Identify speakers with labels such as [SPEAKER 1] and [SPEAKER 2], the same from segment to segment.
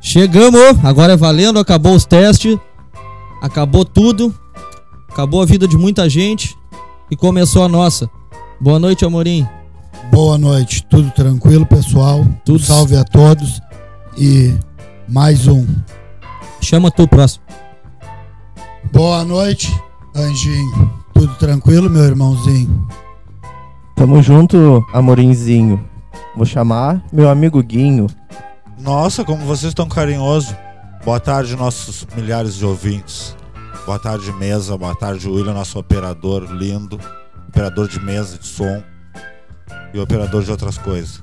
[SPEAKER 1] Chegamos, agora é valendo, acabou os testes, acabou tudo, acabou a vida de muita gente e começou a nossa. Boa noite, Amorim.
[SPEAKER 2] Boa noite, tudo tranquilo, pessoal?
[SPEAKER 1] Tudo.
[SPEAKER 2] Salve a todos e mais um.
[SPEAKER 1] Chama tu próximo.
[SPEAKER 2] Boa noite, Anjinho. Tudo tranquilo, meu irmãozinho?
[SPEAKER 3] Tamo junto, amorinzinho. Vou chamar meu amigo Guinho.
[SPEAKER 4] Nossa, como vocês estão carinhosos. Boa tarde, nossos milhares de ouvintes. Boa tarde, mesa. Boa tarde, William, nosso operador lindo. Operador de mesa, de som. E operador de outras coisas.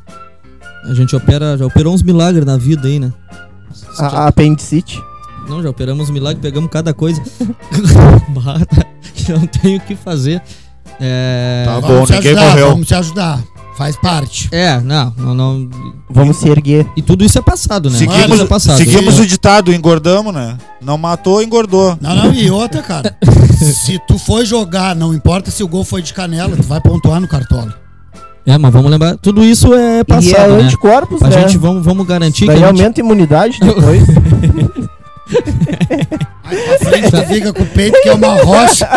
[SPEAKER 1] A gente opera, já operou uns milagres na vida aí, né?
[SPEAKER 3] A a apendicite.
[SPEAKER 1] Não, já operamos um milagre, pegamos cada coisa. Bata, não tenho o que fazer. É,
[SPEAKER 4] Tá
[SPEAKER 2] Vamos
[SPEAKER 4] bom,
[SPEAKER 2] te
[SPEAKER 4] ninguém
[SPEAKER 2] ajudar,
[SPEAKER 4] morreu.
[SPEAKER 2] Vamos te ajudar, faz parte.
[SPEAKER 1] é não, não, não,
[SPEAKER 3] Vamos se erguer.
[SPEAKER 1] E tudo isso é passado, né?
[SPEAKER 2] Seguimos-
[SPEAKER 1] tudo isso é passado.
[SPEAKER 4] seguimos o ditado, engordamos, né? Não matou,
[SPEAKER 1] Tá
[SPEAKER 4] engordou.
[SPEAKER 2] Não, não, e outra, cara. se tu for jogar, não importa se o gol foi de canela, tu vai pontuar no cartola.
[SPEAKER 1] É, mas vamos lembrar, tudo isso é
[SPEAKER 3] e é
[SPEAKER 1] passado, né?
[SPEAKER 3] anticorpos,
[SPEAKER 1] A
[SPEAKER 3] né?
[SPEAKER 1] gente vamos, vamos garantir que
[SPEAKER 3] Daí
[SPEAKER 1] a gente
[SPEAKER 3] aumenta a imunidade depois.
[SPEAKER 2] Aí pra frente tu fica com o peito que é uma rocha.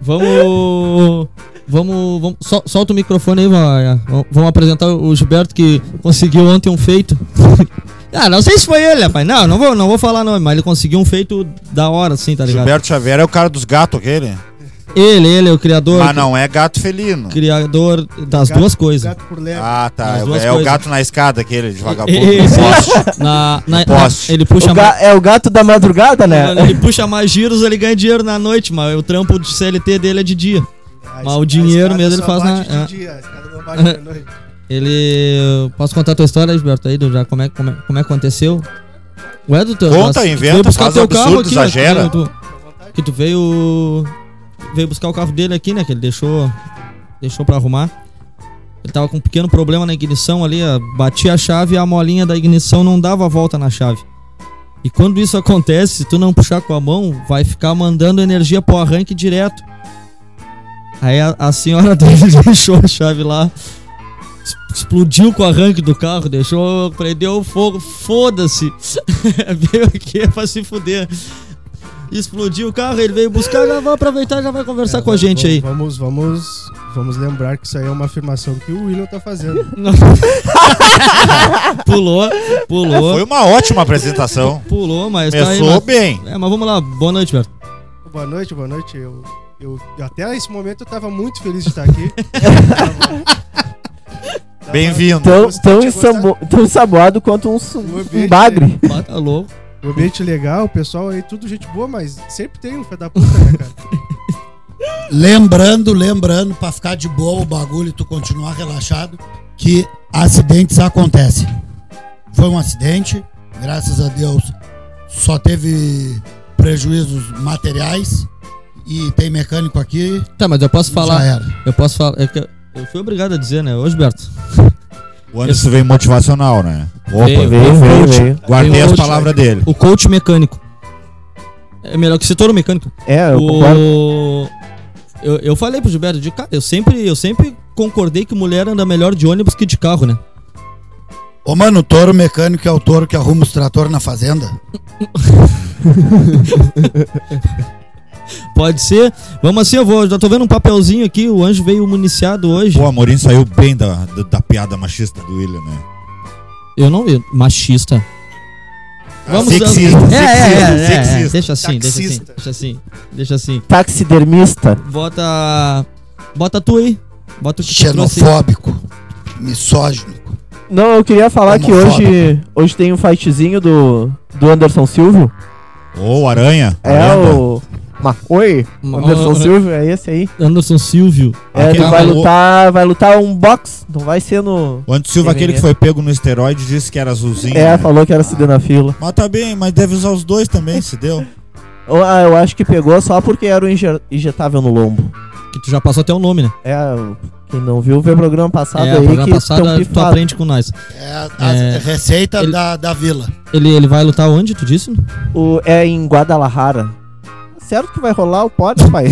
[SPEAKER 1] Vamos. Vamos. vamos sol- solta o microfone aí, Maia. Vamos- Vamos apresentar o Gilberto que conseguiu ontem um feito. ah, não sei se foi ele, rapaz. Não, não vou, não vou falar nome, mas ele conseguiu um feito da hora, assim, tá ligado?
[SPEAKER 4] Gilberto Xavier é o cara dos gatos, aquele?
[SPEAKER 1] Ele, ele é o criador.
[SPEAKER 4] Ah, não, é gato felino.
[SPEAKER 1] Criador das duas coisas.
[SPEAKER 5] Gato por leve.
[SPEAKER 4] Ah, tá.
[SPEAKER 1] As
[SPEAKER 4] É, o-
[SPEAKER 1] duas
[SPEAKER 4] é o
[SPEAKER 1] coisas.
[SPEAKER 4] gato na escada, aquele de vagabundo.
[SPEAKER 1] Esse.
[SPEAKER 4] Poste.
[SPEAKER 1] Na, na-
[SPEAKER 4] Poste.
[SPEAKER 1] ele puxa
[SPEAKER 3] O
[SPEAKER 1] mais.
[SPEAKER 3] ga- é o gato da madrugada, né?
[SPEAKER 1] Ele puxa mais giros, ele ganha dinheiro na noite, mas o trampo de CLT dele é de dia.
[SPEAKER 5] A
[SPEAKER 1] Mas
[SPEAKER 5] es-
[SPEAKER 1] o
[SPEAKER 5] Ah, a
[SPEAKER 1] dinheiro
[SPEAKER 5] escada
[SPEAKER 1] mesmo ele
[SPEAKER 5] só
[SPEAKER 1] faz na-
[SPEAKER 5] bate
[SPEAKER 1] é.
[SPEAKER 5] De dia, a escada não bate de noite.
[SPEAKER 1] Ele. Posso contar a tua história, Gilberto? Aí, do, já, como, é, como, é, como é que aconteceu? Ué, do teu.
[SPEAKER 4] Conta,
[SPEAKER 1] nós- tu
[SPEAKER 4] inventa,
[SPEAKER 1] veio buscar
[SPEAKER 4] faz
[SPEAKER 1] teu
[SPEAKER 4] um absurdo,
[SPEAKER 1] carro aqui, né,
[SPEAKER 4] exagera.
[SPEAKER 1] que tu- que tu veio. Veio buscar o carro dele aqui, né? Que ele deixou. Deixou pra arrumar. Ele tava com um pequeno problema na ignição ali, ó, batia a chave e a molinha da ignição não dava a volta na chave. E quando isso acontece, se tu não puxar com a mão, vai ficar mandando energia pro arranque direto. Aí a, a senhora dele deixou a chave lá, es- explodiu com o arranque do carro, deixou, prendeu o fogo, foda-se. veio aqui pra se fuder. Explodiu o carro, ele veio buscar, já vai aproveitar e já vai conversar
[SPEAKER 5] É,
[SPEAKER 1] com a gente aí.
[SPEAKER 5] Vamos, vamos, vamos lembrar que isso aí é uma afirmação que o William tá fazendo.
[SPEAKER 1] Não. pulou, pulou,
[SPEAKER 4] É, Foi uma ótima apresentação.
[SPEAKER 1] pulou, mas tá aí.
[SPEAKER 4] Começou
[SPEAKER 1] Mas...
[SPEAKER 4] bem.
[SPEAKER 1] É, mas vamos lá, boa noite, Berto.
[SPEAKER 5] boa noite, boa noite. Eu, eu, até esse momento eu tava muito feliz de estar aqui.
[SPEAKER 1] tá
[SPEAKER 5] Tava-
[SPEAKER 4] Bem-vindo.
[SPEAKER 5] tava-
[SPEAKER 3] Tão,
[SPEAKER 5] gostei
[SPEAKER 3] tão,
[SPEAKER 5] de gostar.
[SPEAKER 3] ensabo- tão ensaboado quanto um, su-
[SPEAKER 5] O
[SPEAKER 3] um
[SPEAKER 5] ambiente
[SPEAKER 3] bagre.
[SPEAKER 1] Ah, Tá louco.
[SPEAKER 5] O Um ambiente legal, o pessoal aí, tudo gente boa, mas sempre tem um filho da puta, né, cara?
[SPEAKER 2] Lembrando, lembrando, pra ficar de boa o bagulho e tu continuar relaxado, que acidentes acontecem. Foi um acidente, graças a Deus só teve prejuízos materiais e tem mecânico aqui.
[SPEAKER 1] Tá, mas eu posso
[SPEAKER 2] Já
[SPEAKER 1] falar.
[SPEAKER 2] era.
[SPEAKER 1] Eu posso falar. é que eu- eu fui obrigado a dizer, né? Hoje, Berto.
[SPEAKER 4] O Anderson veio motivacional, né?
[SPEAKER 1] Veio,
[SPEAKER 4] Opa,
[SPEAKER 3] veio, veio, veio.
[SPEAKER 4] Guardei
[SPEAKER 1] Veio
[SPEAKER 4] as
[SPEAKER 1] hoje.
[SPEAKER 4] palavras dele.
[SPEAKER 1] O coach mecânico. É melhor que se tornou mecânico.
[SPEAKER 3] É, eu concordo.
[SPEAKER 1] o... eu, eu falei pro Gilberto, eu digo, cara, eu sempre, eu sempre concordei que mulher anda melhor de ônibus que de carro, né?
[SPEAKER 2] Ô, mano, o touro mecânico é o touro que arruma os tratores na fazenda.
[SPEAKER 1] Pode ser. Vamos assim, eu vou. Já tô vendo um papelzinho aqui, o anjo veio municiado hoje.
[SPEAKER 4] Pô, Amorim saiu bem da, da, da piada machista do William, né?
[SPEAKER 1] Eu não. eu- machista. Vamos
[SPEAKER 4] Sexista,
[SPEAKER 1] é, é, é, é,
[SPEAKER 4] sexista,
[SPEAKER 1] é,
[SPEAKER 4] sexista.
[SPEAKER 1] Deixa assim, deixa assim,
[SPEAKER 5] Taxista.
[SPEAKER 1] deixa assim, deixa assim.
[SPEAKER 3] Taxidermista.
[SPEAKER 1] Bota. Bota tu aí. Bota o que tu trouxe.
[SPEAKER 2] Xenofóbico, misógino.
[SPEAKER 3] Não, eu queria falar que
[SPEAKER 2] Homofóbico.
[SPEAKER 3] hoje, hoje tem um fightzinho do, do Anderson Silvio.
[SPEAKER 4] Ô, Aranha.
[SPEAKER 3] É
[SPEAKER 4] lembra?
[SPEAKER 3] o. Ma- Oi,
[SPEAKER 1] Ma-
[SPEAKER 3] Anderson
[SPEAKER 1] ah,
[SPEAKER 3] Silvio, é esse aí.
[SPEAKER 1] Anderson Silvio.
[SPEAKER 3] É, ele
[SPEAKER 4] Aquele-
[SPEAKER 3] vai
[SPEAKER 4] o-
[SPEAKER 3] lutar, vai lutar um box, não vai ser no.
[SPEAKER 4] O Anderson Silva, aquele que foi pego no esteroide, disse que era azulzinho.
[SPEAKER 3] É,
[SPEAKER 4] né?
[SPEAKER 3] falou que era se deu na fila.
[SPEAKER 4] Mas tá bem, mas deve usar os dois também, se deu.
[SPEAKER 3] Eu, ah, eu acho que pegou só porque era o inje- injetável no lombo.
[SPEAKER 1] Que tu já passou até o nome, né?
[SPEAKER 3] É, o- quem não viu, vê o programa passado
[SPEAKER 1] é,
[SPEAKER 3] aí
[SPEAKER 1] o programa
[SPEAKER 3] que tão
[SPEAKER 1] passado tu
[SPEAKER 3] pifado.
[SPEAKER 1] aprende com nós.
[SPEAKER 2] É a, a
[SPEAKER 1] É,
[SPEAKER 2] receita
[SPEAKER 1] ele-
[SPEAKER 2] da, da vila.
[SPEAKER 1] Ele, ele vai lutar onde, tu disse?
[SPEAKER 3] O, é em Guadalajara. certo que vai rolar o pod, pai?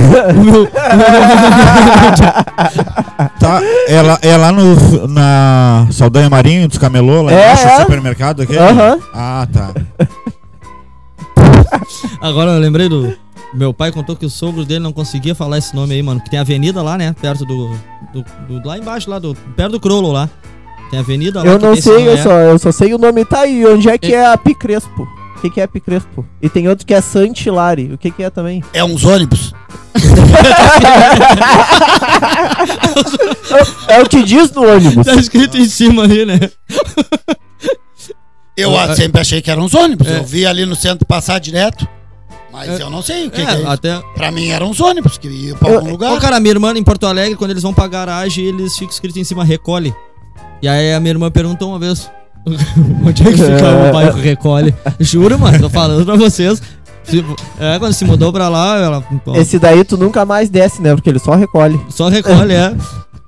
[SPEAKER 4] Tá, é lá, é lá no, na Saldanha Marinho, dos Camelô, lá
[SPEAKER 3] É,
[SPEAKER 4] embaixo do
[SPEAKER 3] é.
[SPEAKER 4] supermercado aqui?
[SPEAKER 3] Aham.
[SPEAKER 4] Ah, tá.
[SPEAKER 1] Agora eu lembrei do. Meu pai contou que o sogro dele não conseguia falar esse nome aí, mano. Que tem avenida lá, né? Perto do. do- do- lá embaixo, lá do. Perto do Crollo lá. Tem avenida lá.
[SPEAKER 3] eu
[SPEAKER 1] que
[SPEAKER 3] não
[SPEAKER 1] tem esse
[SPEAKER 3] sei,
[SPEAKER 1] nome,
[SPEAKER 3] eu
[SPEAKER 1] é.
[SPEAKER 3] só, eu só sei o nome. Tá, e onde é que é a Picrespo? O que, que é a Picrespo? E tem outro que é Santilari. O que, que é também?
[SPEAKER 2] É uns ônibus.
[SPEAKER 3] É o que diz no ônibus.
[SPEAKER 1] Tá escrito em cima ali, né?
[SPEAKER 2] Eu
[SPEAKER 1] Ah,
[SPEAKER 2] ah, sempre achei que eram uns ônibus.
[SPEAKER 1] É.
[SPEAKER 2] Eu vi ali no centro passar direto. Mas eu não sei o que,
[SPEAKER 1] é,
[SPEAKER 2] que é isso.
[SPEAKER 1] até.
[SPEAKER 2] Pra mim eram uns ônibus que iam pra algum lugar.
[SPEAKER 1] Ô, cara, minha irmã em Porto Alegre, quando eles vão pra garagem, eles ficam escrito em cima recolhe. E aí a minha irmã perguntou uma vez: onde é que fica o bairro recolhe? Juro, mano, tô falando pra vocês. Se- É, quando se mudou pra lá, ela.
[SPEAKER 3] Esse daí tu nunca mais desce, né? Porque ele só recolhe.
[SPEAKER 1] Só recolhe, é.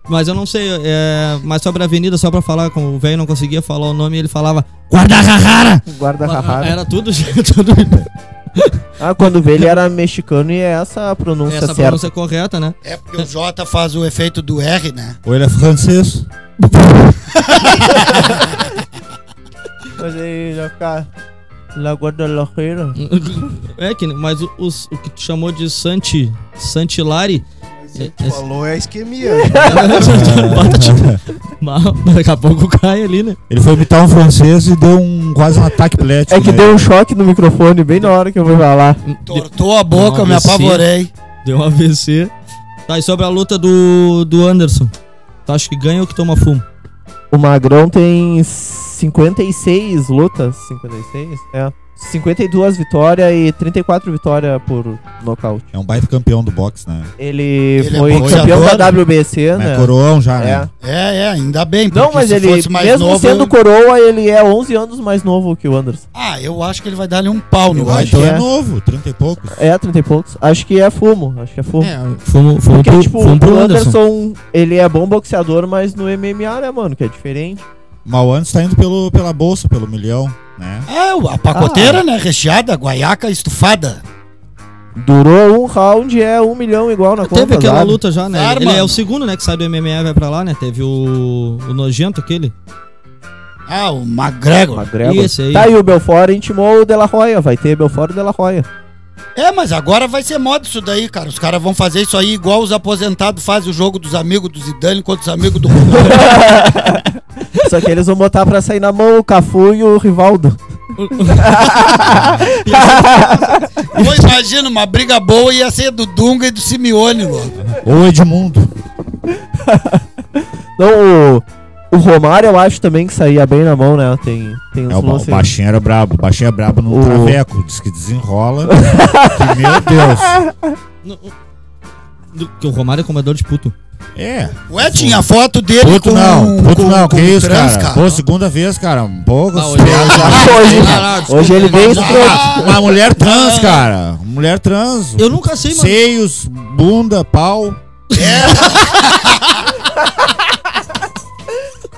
[SPEAKER 1] Mas eu não sei, é, mas sobre a avenida, só pra falar, como o velho não conseguia falar o nome, ele falava.
[SPEAKER 2] Guarda-rara!
[SPEAKER 3] Guarda
[SPEAKER 2] É.
[SPEAKER 3] rara.
[SPEAKER 1] Era tudo. tudo
[SPEAKER 3] Ah, quando vê ele era mexicano e é essa a pronúncia
[SPEAKER 1] essa
[SPEAKER 3] certa.
[SPEAKER 1] pronúncia é correta, né?
[SPEAKER 2] É porque o J faz o efeito do R, né?
[SPEAKER 4] Ou ele é francês?
[SPEAKER 3] Mas aí já fica. La guarda lojeira.
[SPEAKER 1] É que, mas o, os- o que tu chamou de Santi. Santilari.
[SPEAKER 5] Mas
[SPEAKER 1] É,
[SPEAKER 6] tipo
[SPEAKER 5] ele
[SPEAKER 1] é-
[SPEAKER 5] falou é a isquemia.
[SPEAKER 1] Bota, tipo, mal, mas daqui a pouco cai ali, né?
[SPEAKER 4] Ele foi imitar um francês e deu um, quase um ataque plético.
[SPEAKER 3] É que
[SPEAKER 4] nele.
[SPEAKER 3] deu um choque no microfone bem na hora que eu vou falar.
[SPEAKER 2] Tortou a boca, eu me
[SPEAKER 1] Nossa,
[SPEAKER 2] apavorei.
[SPEAKER 1] Deu um AVC. Tá, e sobre a luta do, do Anderson. Tu acha que ganha ou que toma fumo?
[SPEAKER 3] O Magrão tem 56 lutas. 56? É. 52 vitórias e 34 vitórias por nocaute.
[SPEAKER 4] É um baita campeão do boxe, né?
[SPEAKER 3] Ele,
[SPEAKER 2] Ele é
[SPEAKER 3] foi
[SPEAKER 2] boxeador,
[SPEAKER 3] campeão da
[SPEAKER 2] né?
[SPEAKER 3] WBC,
[SPEAKER 4] Mas É
[SPEAKER 3] né?
[SPEAKER 4] coroão já,
[SPEAKER 3] É.
[SPEAKER 4] né?
[SPEAKER 2] É, é, ainda bem.
[SPEAKER 3] Não,
[SPEAKER 2] porque
[SPEAKER 3] mas
[SPEAKER 2] se
[SPEAKER 3] ele,
[SPEAKER 2] fosse mais
[SPEAKER 3] mesmo
[SPEAKER 2] novo,
[SPEAKER 3] sendo
[SPEAKER 2] eu-
[SPEAKER 3] coroa, ele é 11 anos mais novo que o Anderson.
[SPEAKER 2] Ah, eu acho que ele vai dar-lhe um pau no
[SPEAKER 4] Eu acho
[SPEAKER 2] Roger.
[SPEAKER 4] então é.
[SPEAKER 3] é.
[SPEAKER 4] novo, 30 e poucos.
[SPEAKER 3] É, 30 e poucos. Acho que é fumo. Acho que é fumo.
[SPEAKER 1] Fumo, fumo,
[SPEAKER 3] Porque,
[SPEAKER 1] pro,
[SPEAKER 3] tipo,
[SPEAKER 1] fumo pro
[SPEAKER 3] o
[SPEAKER 1] um Anderson.
[SPEAKER 3] Anderson, ele é bom boxeador, mas no MMA, né, mano? Que é diferente.
[SPEAKER 4] Mas o Anderson tá indo pelo, pela bolsa, pelo milhão, né?
[SPEAKER 2] É, a pacoteira, né? Recheada, guaiaca, estufada.
[SPEAKER 3] Durou um round, é um milhão igual na conta,
[SPEAKER 1] Teve aquela
[SPEAKER 3] sabe?
[SPEAKER 1] luta já, né?
[SPEAKER 2] Claro,
[SPEAKER 1] ele é
[SPEAKER 2] mano.
[SPEAKER 1] o segundo, né? Que sai do MMA e vai pra lá, né? Teve o, o nojento aquele.
[SPEAKER 2] Ah, o McGregor.
[SPEAKER 3] Magrelo.
[SPEAKER 1] E esse aí?
[SPEAKER 3] Tá aí, o Belfort intimou o De La Roya. Vai ter Belfort e De La Roya.
[SPEAKER 2] É, mas agora vai ser moda isso daí, cara. Os caras vão fazer isso aí igual os aposentados fazem o jogo dos amigos do Zidane contra os amigos do Ronaldo.
[SPEAKER 3] Só que eles vão botar pra sair na mão o Cafu e o Rivaldo.
[SPEAKER 2] Eu imagino uma briga boa ia ser do Dunga e do Simeone, louco.
[SPEAKER 4] Ou Edmundo.
[SPEAKER 3] Não, o, o Romário eu acho também que saía bem na mão, né? Tem, tem uns
[SPEAKER 4] É, o, ba- o
[SPEAKER 3] lances.
[SPEAKER 4] baixinho era brabo. O baixinho é brabo no
[SPEAKER 3] O-
[SPEAKER 4] traveco. Diz que desenrola. que, meu Deus.
[SPEAKER 1] No- do- Que o Romário é comedor de puto.
[SPEAKER 4] É.
[SPEAKER 2] Ué, tinha foto dele
[SPEAKER 4] Puto
[SPEAKER 2] com
[SPEAKER 4] não. Puto
[SPEAKER 2] com-
[SPEAKER 4] não. Que
[SPEAKER 2] com
[SPEAKER 4] isso,
[SPEAKER 2] trans,
[SPEAKER 4] cara? Pô, segunda vez, cara. Um pouco.
[SPEAKER 1] Ah,
[SPEAKER 4] se-
[SPEAKER 1] hoje-
[SPEAKER 3] hoje, hoje ele veio escroto.
[SPEAKER 4] Ah, Uma mulher trans, cara. Mulher trans.
[SPEAKER 1] Eu nunca sei, mano.
[SPEAKER 4] Seios, bunda, pau.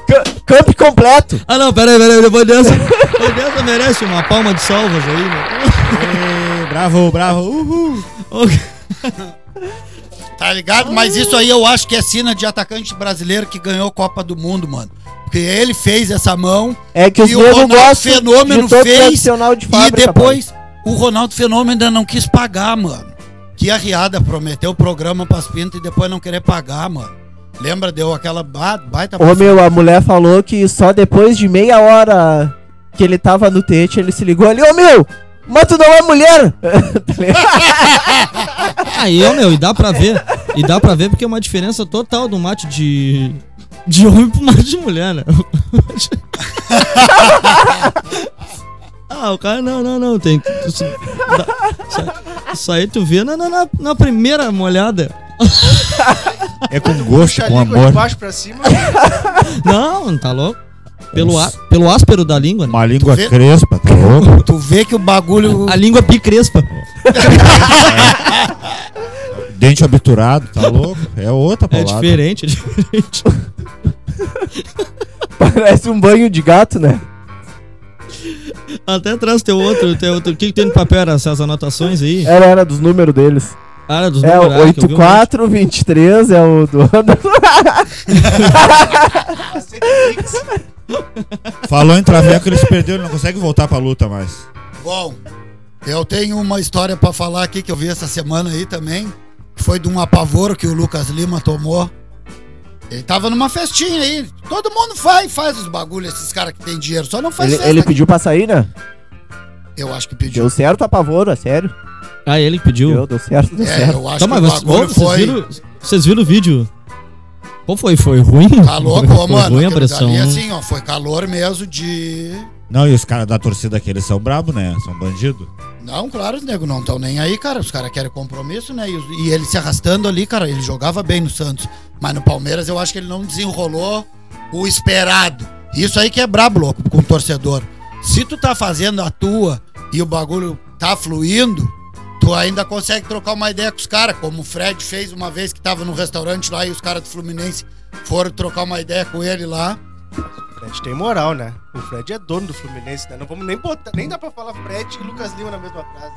[SPEAKER 3] Ca- Camp completo.
[SPEAKER 1] Ah, não, peraí, peraí, depois dessa. Depois dessa merece uma palma de salvas aí, né?
[SPEAKER 4] Ê, bravo, bravo. Uhul.
[SPEAKER 1] Ô,
[SPEAKER 2] Tá ligado? Mas isso aí eu acho que é sina de atacante brasileiro que ganhou Copa do Mundo, mano. Porque ele fez essa mão
[SPEAKER 3] É que os
[SPEAKER 2] E o
[SPEAKER 3] negros
[SPEAKER 2] Ronaldo
[SPEAKER 3] gostam
[SPEAKER 2] Fenômeno
[SPEAKER 3] de todo
[SPEAKER 2] fez,
[SPEAKER 3] profissional de fábrica.
[SPEAKER 2] e depois o Ronaldo Fenômeno ainda não quis pagar, mano. Que arriada prometeu o programa pras pintas e depois não querer pagar, mano. Lembra? Deu aquela ba- baita.
[SPEAKER 3] Ô meu, a mulher falou que só depois de meia hora que ele tava no tete, ele se ligou ali, ô meu! Mas tu não é mulher! Tá ligado?
[SPEAKER 1] Aí, ó, Ah, meu, e dá pra ver. E dá pra ver porque é uma diferença total do mate de. De homem pro mate de mulher, né? ah, o cara, não, não, não. Tem. Isso, dá- isso aí- isso aí tu vê na, na- na, na primeira molhada.
[SPEAKER 4] É com
[SPEAKER 5] Puxa
[SPEAKER 4] gosto,
[SPEAKER 5] a
[SPEAKER 4] com
[SPEAKER 5] língua de
[SPEAKER 4] amor.
[SPEAKER 5] baixo pra cima.
[SPEAKER 1] Não, tá louco? Pelo, á- pelo áspero da língua, né?
[SPEAKER 4] Uma língua
[SPEAKER 2] vê?
[SPEAKER 4] crespa, tá louco?
[SPEAKER 2] Tu vê que o bagulho.
[SPEAKER 1] A língua é picrespa.
[SPEAKER 4] Dente obturado, tá louco? É outra
[SPEAKER 1] É
[SPEAKER 4] palavra.
[SPEAKER 1] diferente, é diferente.
[SPEAKER 3] Parece um banho de gato, né?
[SPEAKER 1] Até atrás teu outro, teu outro. O que, que tem no papel? Era essas anotações aí?
[SPEAKER 3] Era, era dos números deles.
[SPEAKER 1] Ah, era dos
[SPEAKER 3] é o
[SPEAKER 1] números, ah, que eu vi um monte.
[SPEAKER 3] 8423, é o do
[SPEAKER 4] Falou em Traveco, eles perderam, ele não consegue voltar pra luta mais.
[SPEAKER 2] Bom, eu tenho uma história pra falar aqui que eu vi essa semana aí também. Que foi de um apavoro que o Lucas Lima tomou. Ele tava numa festinha aí. Todo mundo vai, faz os bagulhos, esses caras que tem dinheiro. Só não faz
[SPEAKER 3] ele,
[SPEAKER 2] festa.
[SPEAKER 3] ele pediu pra sair, né?
[SPEAKER 2] Eu acho que é, pediu.
[SPEAKER 3] Deu certo, apavoro, é sério.
[SPEAKER 1] Ah, ele que pediu.
[SPEAKER 3] Deu, deu certo, deu
[SPEAKER 2] É,
[SPEAKER 3] certo.
[SPEAKER 2] eu acho
[SPEAKER 1] Tá, mas
[SPEAKER 2] que o
[SPEAKER 1] vocês,
[SPEAKER 2] bagulho
[SPEAKER 1] ô, vocês,
[SPEAKER 2] foi.
[SPEAKER 1] viram, vocês viram o vídeo? Qual foi? Foi ruim?
[SPEAKER 2] Tá louco,
[SPEAKER 1] foi
[SPEAKER 2] ô, mano.
[SPEAKER 1] ruim a
[SPEAKER 2] aquilo
[SPEAKER 1] pressão.
[SPEAKER 2] dali,
[SPEAKER 1] né?
[SPEAKER 2] assim, ó, foi calor mesmo de.
[SPEAKER 4] Não, e os caras da torcida aqui, eles são brabo, né? São bandido.
[SPEAKER 2] Não, claro, os negros não estão nem aí, cara. Os caras querem compromisso, né? E, os- e ele se arrastando ali, cara, ele jogava bem no Santos. Mas no Palmeiras eu acho que ele não desenrolou o esperado. Isso aí que é brabo, louco, com o torcedor. Se tu tá fazendo a tua e o bagulho tá fluindo, tu ainda consegue trocar uma ideia com os caras, como o Fred fez uma vez que tava num restaurante lá e os caras do Fluminense foram trocar uma ideia com ele lá.
[SPEAKER 5] O Fred tem moral, né? O Fred é dono do Fluminense, né? Não vamos nem botar, nem dá pra falar Fred e Lucas Lima na mesma frase.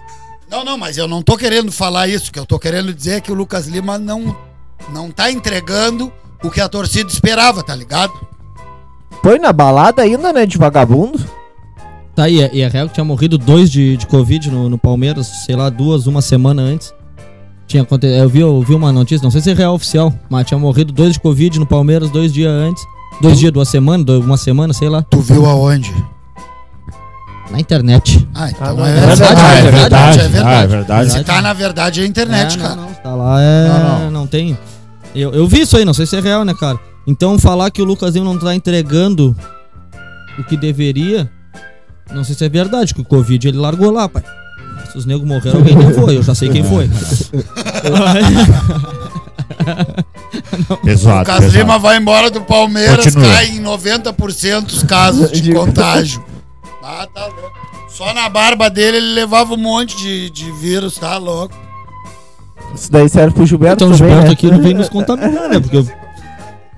[SPEAKER 2] Não, não, mas eu não tô querendo falar isso. O que eu tô querendo dizer é que o Lucas Lima não, não tá entregando o que a torcida esperava, tá ligado?
[SPEAKER 3] Foi na balada ainda, né, de vagabundo.
[SPEAKER 1] Tá, e, e é real que tinha morrido dois de, de Covid no, no Palmeiras, sei lá, duas, uma semana antes. Tinha aconte- eu vi, eu vi uma notícia, não sei se é real oficial, mas tinha morrido dois de Covid no Palmeiras dois dias antes.
[SPEAKER 2] Hum?
[SPEAKER 1] Dois dias, duas semanas, dois- uma semana, sei lá,
[SPEAKER 2] Tu viu aonde?
[SPEAKER 1] na internet.
[SPEAKER 2] Ah,
[SPEAKER 3] Ah,
[SPEAKER 2] então
[SPEAKER 3] não,
[SPEAKER 2] é,
[SPEAKER 3] é
[SPEAKER 2] verdade, é
[SPEAKER 3] verdade, é
[SPEAKER 2] verdade, é
[SPEAKER 4] Ah, é
[SPEAKER 2] verdade.
[SPEAKER 4] verdade.
[SPEAKER 2] Se tá na verdade é internet,
[SPEAKER 1] É,
[SPEAKER 2] cara.
[SPEAKER 1] Não, não, tá lá, é,
[SPEAKER 4] Não,
[SPEAKER 1] não,
[SPEAKER 4] não.
[SPEAKER 1] tem. Eu, eu vi isso aí, não sei se é real, né, cara? Então falar que o Lucas Lima não tá entregando o que deveria, não sei se é verdade, que o Covid ele largou lá, pai. Se os negros morreram, alguém nem foi, eu já sei quem foi.
[SPEAKER 2] O
[SPEAKER 4] Pesado,
[SPEAKER 2] Lucas
[SPEAKER 4] pesado.
[SPEAKER 2] Lima vai embora do Palmeiras,
[SPEAKER 4] Continua.
[SPEAKER 2] cai em 90% os casos de contágio. Ah, tá louco. Só na barba dele ele levava um monte de, de vírus, tá louco.
[SPEAKER 3] Isso daí serve pro Gilberto
[SPEAKER 1] Então o
[SPEAKER 3] também,
[SPEAKER 1] Gilberto
[SPEAKER 3] né?
[SPEAKER 1] aqui não vem nos contaminar, né? Porque eu-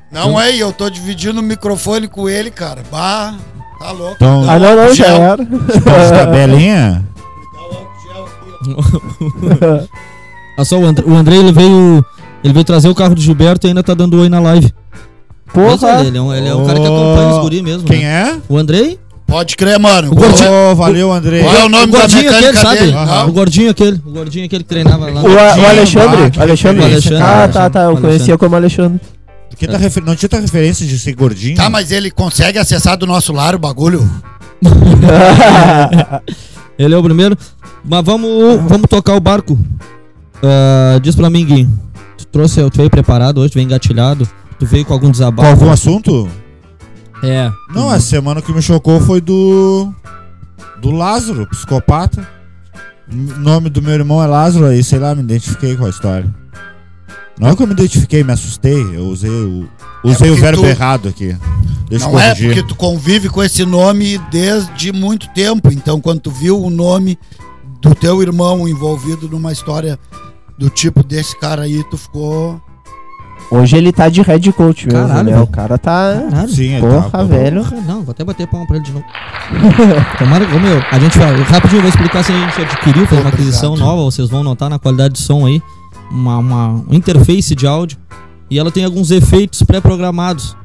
[SPEAKER 2] Não é, e eu tô dividindo o microfone com ele, cara. Bah, tá louco.
[SPEAKER 4] Então-
[SPEAKER 2] Dá
[SPEAKER 3] Ah,
[SPEAKER 2] um
[SPEAKER 3] não, não,
[SPEAKER 2] álcool
[SPEAKER 3] já
[SPEAKER 2] gel,
[SPEAKER 3] era.
[SPEAKER 4] Pode
[SPEAKER 2] ah,
[SPEAKER 4] tabelinha?
[SPEAKER 2] dá um álcool gel aqui, ó.
[SPEAKER 1] Ah, só o, André, o André ele veio. Ele veio trazer o carro do Gilberto e ainda tá dando oi na live. Mas
[SPEAKER 3] Porra.
[SPEAKER 1] Ele, ele é um, ele é um cara que acompanha os guri mesmo.
[SPEAKER 4] Quem
[SPEAKER 1] né?
[SPEAKER 4] é?
[SPEAKER 1] O Andrei?
[SPEAKER 2] Pode crer, mano.
[SPEAKER 1] O gordinho-
[SPEAKER 4] Ô, valeu, Andrei.
[SPEAKER 2] Qual é o nome
[SPEAKER 1] o
[SPEAKER 2] da
[SPEAKER 1] gordinho
[SPEAKER 2] mecânica
[SPEAKER 1] aquele, sabe?
[SPEAKER 2] dele? Aham.
[SPEAKER 1] O gordinho aquele. O gordinho aquele que treinava lá.
[SPEAKER 3] O, o
[SPEAKER 4] Ah,
[SPEAKER 3] Alexandre?
[SPEAKER 4] que
[SPEAKER 3] O Alexandre?
[SPEAKER 1] Alexandre,
[SPEAKER 3] Ah, tá, tá. Eu
[SPEAKER 1] Alexandre.
[SPEAKER 3] conhecia como Alexandre.
[SPEAKER 4] Por que tá refer- Não tinha tua referência de ser gordinho?
[SPEAKER 2] Tá, mas ele consegue acessar do nosso lar o bagulho?
[SPEAKER 1] Ele é o primeiro. Mas vamos, vamos tocar o barco. Ah, diz pra mim, Gui. Tu trouxe, tu veio preparado hoje, tu veio engatilhado. Tu veio com algum
[SPEAKER 4] Com
[SPEAKER 1] desabafo?
[SPEAKER 4] algum assunto?
[SPEAKER 1] É.
[SPEAKER 4] Não, a semana que me chocou foi do. Do Lázaro, psicopata. O nome do meu irmão é Lázaro, aí sei lá, me identifiquei com a história. Não é que eu me identifiquei, me assustei. Eu usei o. Usei
[SPEAKER 2] É
[SPEAKER 4] o
[SPEAKER 2] porque
[SPEAKER 4] verbo
[SPEAKER 2] tu-
[SPEAKER 4] errado aqui. Deixa eu
[SPEAKER 2] Não é
[SPEAKER 4] corrigir.
[SPEAKER 2] porque tu convive com esse nome desde muito tempo. Então, quando tu viu o nome do teu irmão envolvido numa história do tipo desse cara aí, tu ficou.
[SPEAKER 3] Hoje ele tá de head coach mesmo,
[SPEAKER 1] Caralho,
[SPEAKER 3] né?
[SPEAKER 1] velho.
[SPEAKER 3] O cara tá...
[SPEAKER 1] Caralho.
[SPEAKER 4] Sim, ele
[SPEAKER 3] Porra,
[SPEAKER 4] tá-
[SPEAKER 3] velho.
[SPEAKER 1] Porra, não, vou até bater palma pra ele de novo. Tomara que, ô, meu, a gente vai, rapidinho, vou explicar se a gente adquiriu, fez uma
[SPEAKER 2] Obrigado.
[SPEAKER 1] aquisição nova, vocês vão notar na qualidade de som aí, uma, uma um interface de áudio, e ela tem alguns efeitos pré-programados.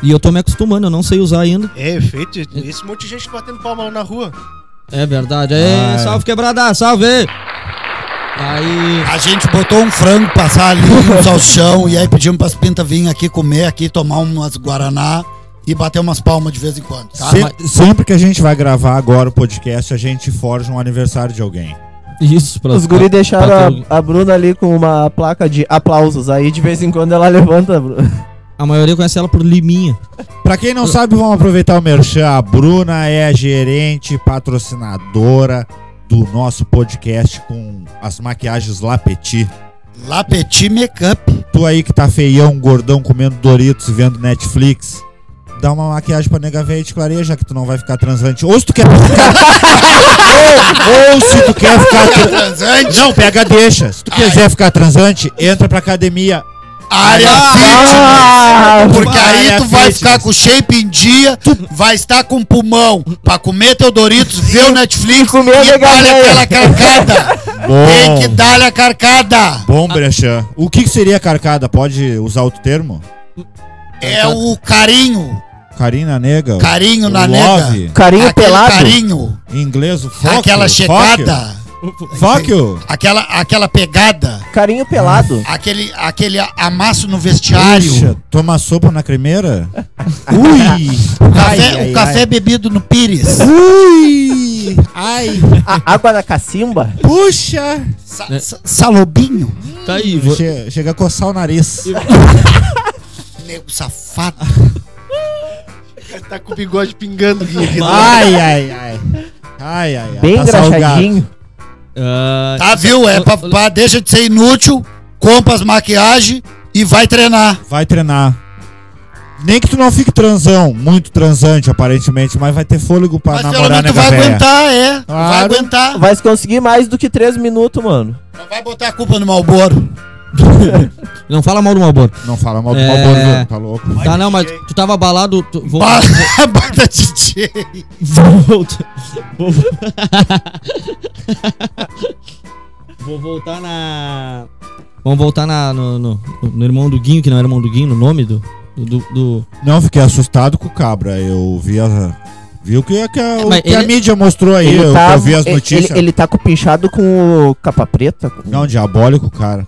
[SPEAKER 1] E eu tô me acostumando, eu não sei usar ainda.
[SPEAKER 5] É, efeito. Esse monte de gente batendo palma lá na rua.
[SPEAKER 1] É verdade. Aí,
[SPEAKER 4] Ah, é.
[SPEAKER 1] salve quebrada, salve! Aí,
[SPEAKER 2] A gente botou um frango passar ali, um salchão, e aí pedimos pras pintas virem aqui comer, aqui tomar umas guaraná e bater umas palmas de vez em quando, tá?
[SPEAKER 4] Se- Sempre que a gente vai gravar agora o podcast, a gente forja um aniversário de alguém.
[SPEAKER 1] isso, pra,
[SPEAKER 3] Os guri deixaram
[SPEAKER 1] pra-
[SPEAKER 3] a, a Bruna ali com uma placa de aplausos. Aí de vez em quando ela levanta, Bruna.
[SPEAKER 1] A maioria conhece ela por Liminha.
[SPEAKER 4] Pra quem não sabe, vamos aproveitar o merchan. A Bruna é a gerente patrocinadora do nosso podcast com as maquiagens La Petit.
[SPEAKER 2] La Petit Makeup.
[SPEAKER 4] Tu aí que tá feião, gordão, comendo Doritos e vendo Netflix, dá uma maquiagem pra nega velha e te clareia, já que tu não vai ficar transante. Ou se tu quer ficar... ou, ou se tu quer ficar...
[SPEAKER 2] Transante.
[SPEAKER 4] Não, pega, deixa. Se tu
[SPEAKER 2] Ai.
[SPEAKER 4] quiser ficar transante, entra pra academia.
[SPEAKER 2] área
[SPEAKER 3] Ah,
[SPEAKER 2] fitness. Porque aí
[SPEAKER 5] área
[SPEAKER 2] tu vai
[SPEAKER 5] fitness.
[SPEAKER 2] ficar com o shape em dia, vai estar com pulmão pra comer teu Doritos, ver o Netflix
[SPEAKER 3] comer a Oh.
[SPEAKER 2] e dar-lhe
[SPEAKER 3] galinha.
[SPEAKER 2] aquela carcada. Tem que
[SPEAKER 4] Bom,
[SPEAKER 2] dar-lhe a carcada.
[SPEAKER 4] bom Brechan. O que, que seria carcada? Pode usar outro termo?
[SPEAKER 2] É o carinho.
[SPEAKER 4] Carina nega?
[SPEAKER 2] Carinho na
[SPEAKER 4] Love?
[SPEAKER 2] nega.
[SPEAKER 3] Carinho
[SPEAKER 2] Aquele
[SPEAKER 3] pelado.
[SPEAKER 2] carinho.
[SPEAKER 4] Em inglês, o fuck
[SPEAKER 2] aquela
[SPEAKER 4] you,
[SPEAKER 2] chegada.
[SPEAKER 4] Fuck you.
[SPEAKER 2] Aquela, aquela pegada.
[SPEAKER 3] Carinho pelado.
[SPEAKER 2] Aquele, aquele amasso no
[SPEAKER 4] Puxa,
[SPEAKER 2] vestiário.
[SPEAKER 4] toma sopa na cremeira? Ui!
[SPEAKER 2] O café,
[SPEAKER 3] Ai, ai,
[SPEAKER 2] o café bebido no pires.
[SPEAKER 4] Ui! Ai!
[SPEAKER 3] A água da cacimba.
[SPEAKER 4] Puxa!
[SPEAKER 2] Sa-
[SPEAKER 3] Né?
[SPEAKER 2] sa- salobinho.
[SPEAKER 1] Tá aí, vo-
[SPEAKER 4] Che- chega a coçar o nariz.
[SPEAKER 2] Nego safado.
[SPEAKER 5] Tá com o bigode pingando. Gui.
[SPEAKER 4] Ai, ai, ai. Ai, ai, ai.
[SPEAKER 3] Bem
[SPEAKER 4] tá salgado.
[SPEAKER 3] engraxadinho.
[SPEAKER 1] Ah,
[SPEAKER 2] Tá, viu? É pra, pra- deixa de ser inútil, compra as maquiagens e vai treinar.
[SPEAKER 4] Vai treinar. Nem que tu não fique transão, muito transante aparentemente, mas vai ter fôlego pra
[SPEAKER 2] Mas pelo
[SPEAKER 4] namorar
[SPEAKER 2] menos tu
[SPEAKER 4] nega
[SPEAKER 2] vai
[SPEAKER 4] véia.
[SPEAKER 2] aguentar, é. Vai
[SPEAKER 4] Claro.
[SPEAKER 2] aguentar.
[SPEAKER 3] Vai conseguir mais do que 3 minutos, mano.
[SPEAKER 2] Não vai botar a culpa no Malboro.
[SPEAKER 1] Não fala mal do Malboro.
[SPEAKER 4] Não fala mal do
[SPEAKER 1] É.
[SPEAKER 4] Malboro, não, tá louco.
[SPEAKER 1] Tá, não, mas tu tava abalado. Tu, vou,
[SPEAKER 2] Bota DJ.
[SPEAKER 1] vou, voltar- vou- Vou voltar na. Vamos voltar na, no, no- no irmão do Guinho, que não era irmão do Guinho, no nome do. do, do-
[SPEAKER 4] Não, fiquei assustado com o Cabra. Eu vi a. Vi o que, que a, o
[SPEAKER 1] mas
[SPEAKER 4] que a
[SPEAKER 1] ele-
[SPEAKER 4] mídia mostrou aí. eu, eu vi as
[SPEAKER 3] ele-
[SPEAKER 4] notícias.
[SPEAKER 3] Ele, ele tá com pinchado com o capa preta. com-
[SPEAKER 4] Não, diabólico, cara.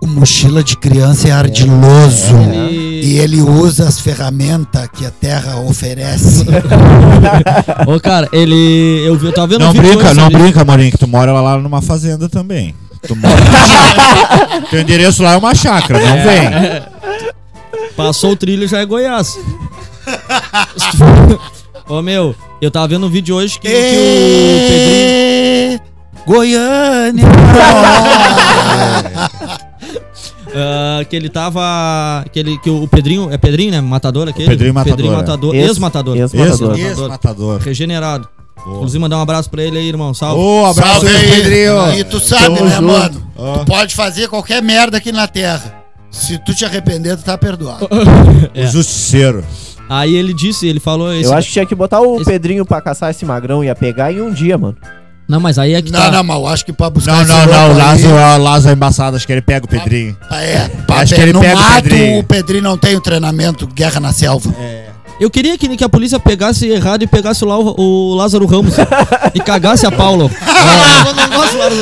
[SPEAKER 2] O mochila de criança é ardiloso.
[SPEAKER 4] É.
[SPEAKER 1] Ele-
[SPEAKER 2] E ele usa as ferramentas que a terra oferece.
[SPEAKER 1] Ô, cara, ele. Eu, vi- eu tava vendo
[SPEAKER 4] Não
[SPEAKER 1] um vídeo
[SPEAKER 4] brinca,
[SPEAKER 1] hoje
[SPEAKER 4] não
[SPEAKER 1] sobre-
[SPEAKER 4] brinca, Morinho, que tu mora lá numa fazenda também. Tu mora. Teu endereço lá é uma chácara, não vem.
[SPEAKER 1] Passou o trilho já é Goiás. Ô meu, eu tava vendo um vídeo hoje que, que o Pedrinho.
[SPEAKER 2] Ê, Goiânia.
[SPEAKER 1] ah, que ele tava. Que, ele, que o Pedrinho. É Pedrinho, né? Matador aquele?
[SPEAKER 4] Pedrinho Matador, é.
[SPEAKER 1] Matador,
[SPEAKER 3] Ex-
[SPEAKER 1] Ex-matador.
[SPEAKER 3] Ex-matador.
[SPEAKER 1] Ex-
[SPEAKER 4] Ex-matador.
[SPEAKER 1] Regenerado.
[SPEAKER 4] Boa.
[SPEAKER 1] Inclusive, mandar um abraço pra ele aí, irmão. Salve.
[SPEAKER 4] Ô, abraço
[SPEAKER 2] Salve
[SPEAKER 4] aí,
[SPEAKER 2] aí.
[SPEAKER 4] Pedrinho.
[SPEAKER 2] E tu sabe,
[SPEAKER 4] Tamo
[SPEAKER 2] né,
[SPEAKER 4] junto.
[SPEAKER 2] mano?
[SPEAKER 4] Ó.
[SPEAKER 2] Tu pode fazer qualquer merda aqui na terra. Se tu te arrepender, tu tá perdoado.
[SPEAKER 1] É.
[SPEAKER 4] O justiceiro.
[SPEAKER 1] Aí ele disse, ele falou esse.
[SPEAKER 3] Eu acho que tinha que botar o
[SPEAKER 1] esse-
[SPEAKER 3] Pedrinho pra caçar esse magrão. Ia pegar em um dia, mano.
[SPEAKER 1] Não, mas aí é que tá.
[SPEAKER 2] Não, não, mas eu acho que pra buscar
[SPEAKER 4] Não,
[SPEAKER 2] esse
[SPEAKER 4] não,
[SPEAKER 2] louco
[SPEAKER 4] não. O
[SPEAKER 2] aí-
[SPEAKER 4] Lázaro, o Lázaro é embaçado. Acho que ele pega o Pedrinho.
[SPEAKER 2] Ah, É, pra
[SPEAKER 4] Acho
[SPEAKER 2] acho
[SPEAKER 4] que ele
[SPEAKER 2] no
[SPEAKER 4] pega o
[SPEAKER 2] mato,
[SPEAKER 4] Pedrinho. É.
[SPEAKER 2] o Pedrinho não tem o treinamento Guerra na Selva.
[SPEAKER 1] Eu queria que, que a polícia pegasse errado e pegasse lá o, o Lázaro Ramos e cagasse a Paulo. Ah, eu não gosto do Lázaro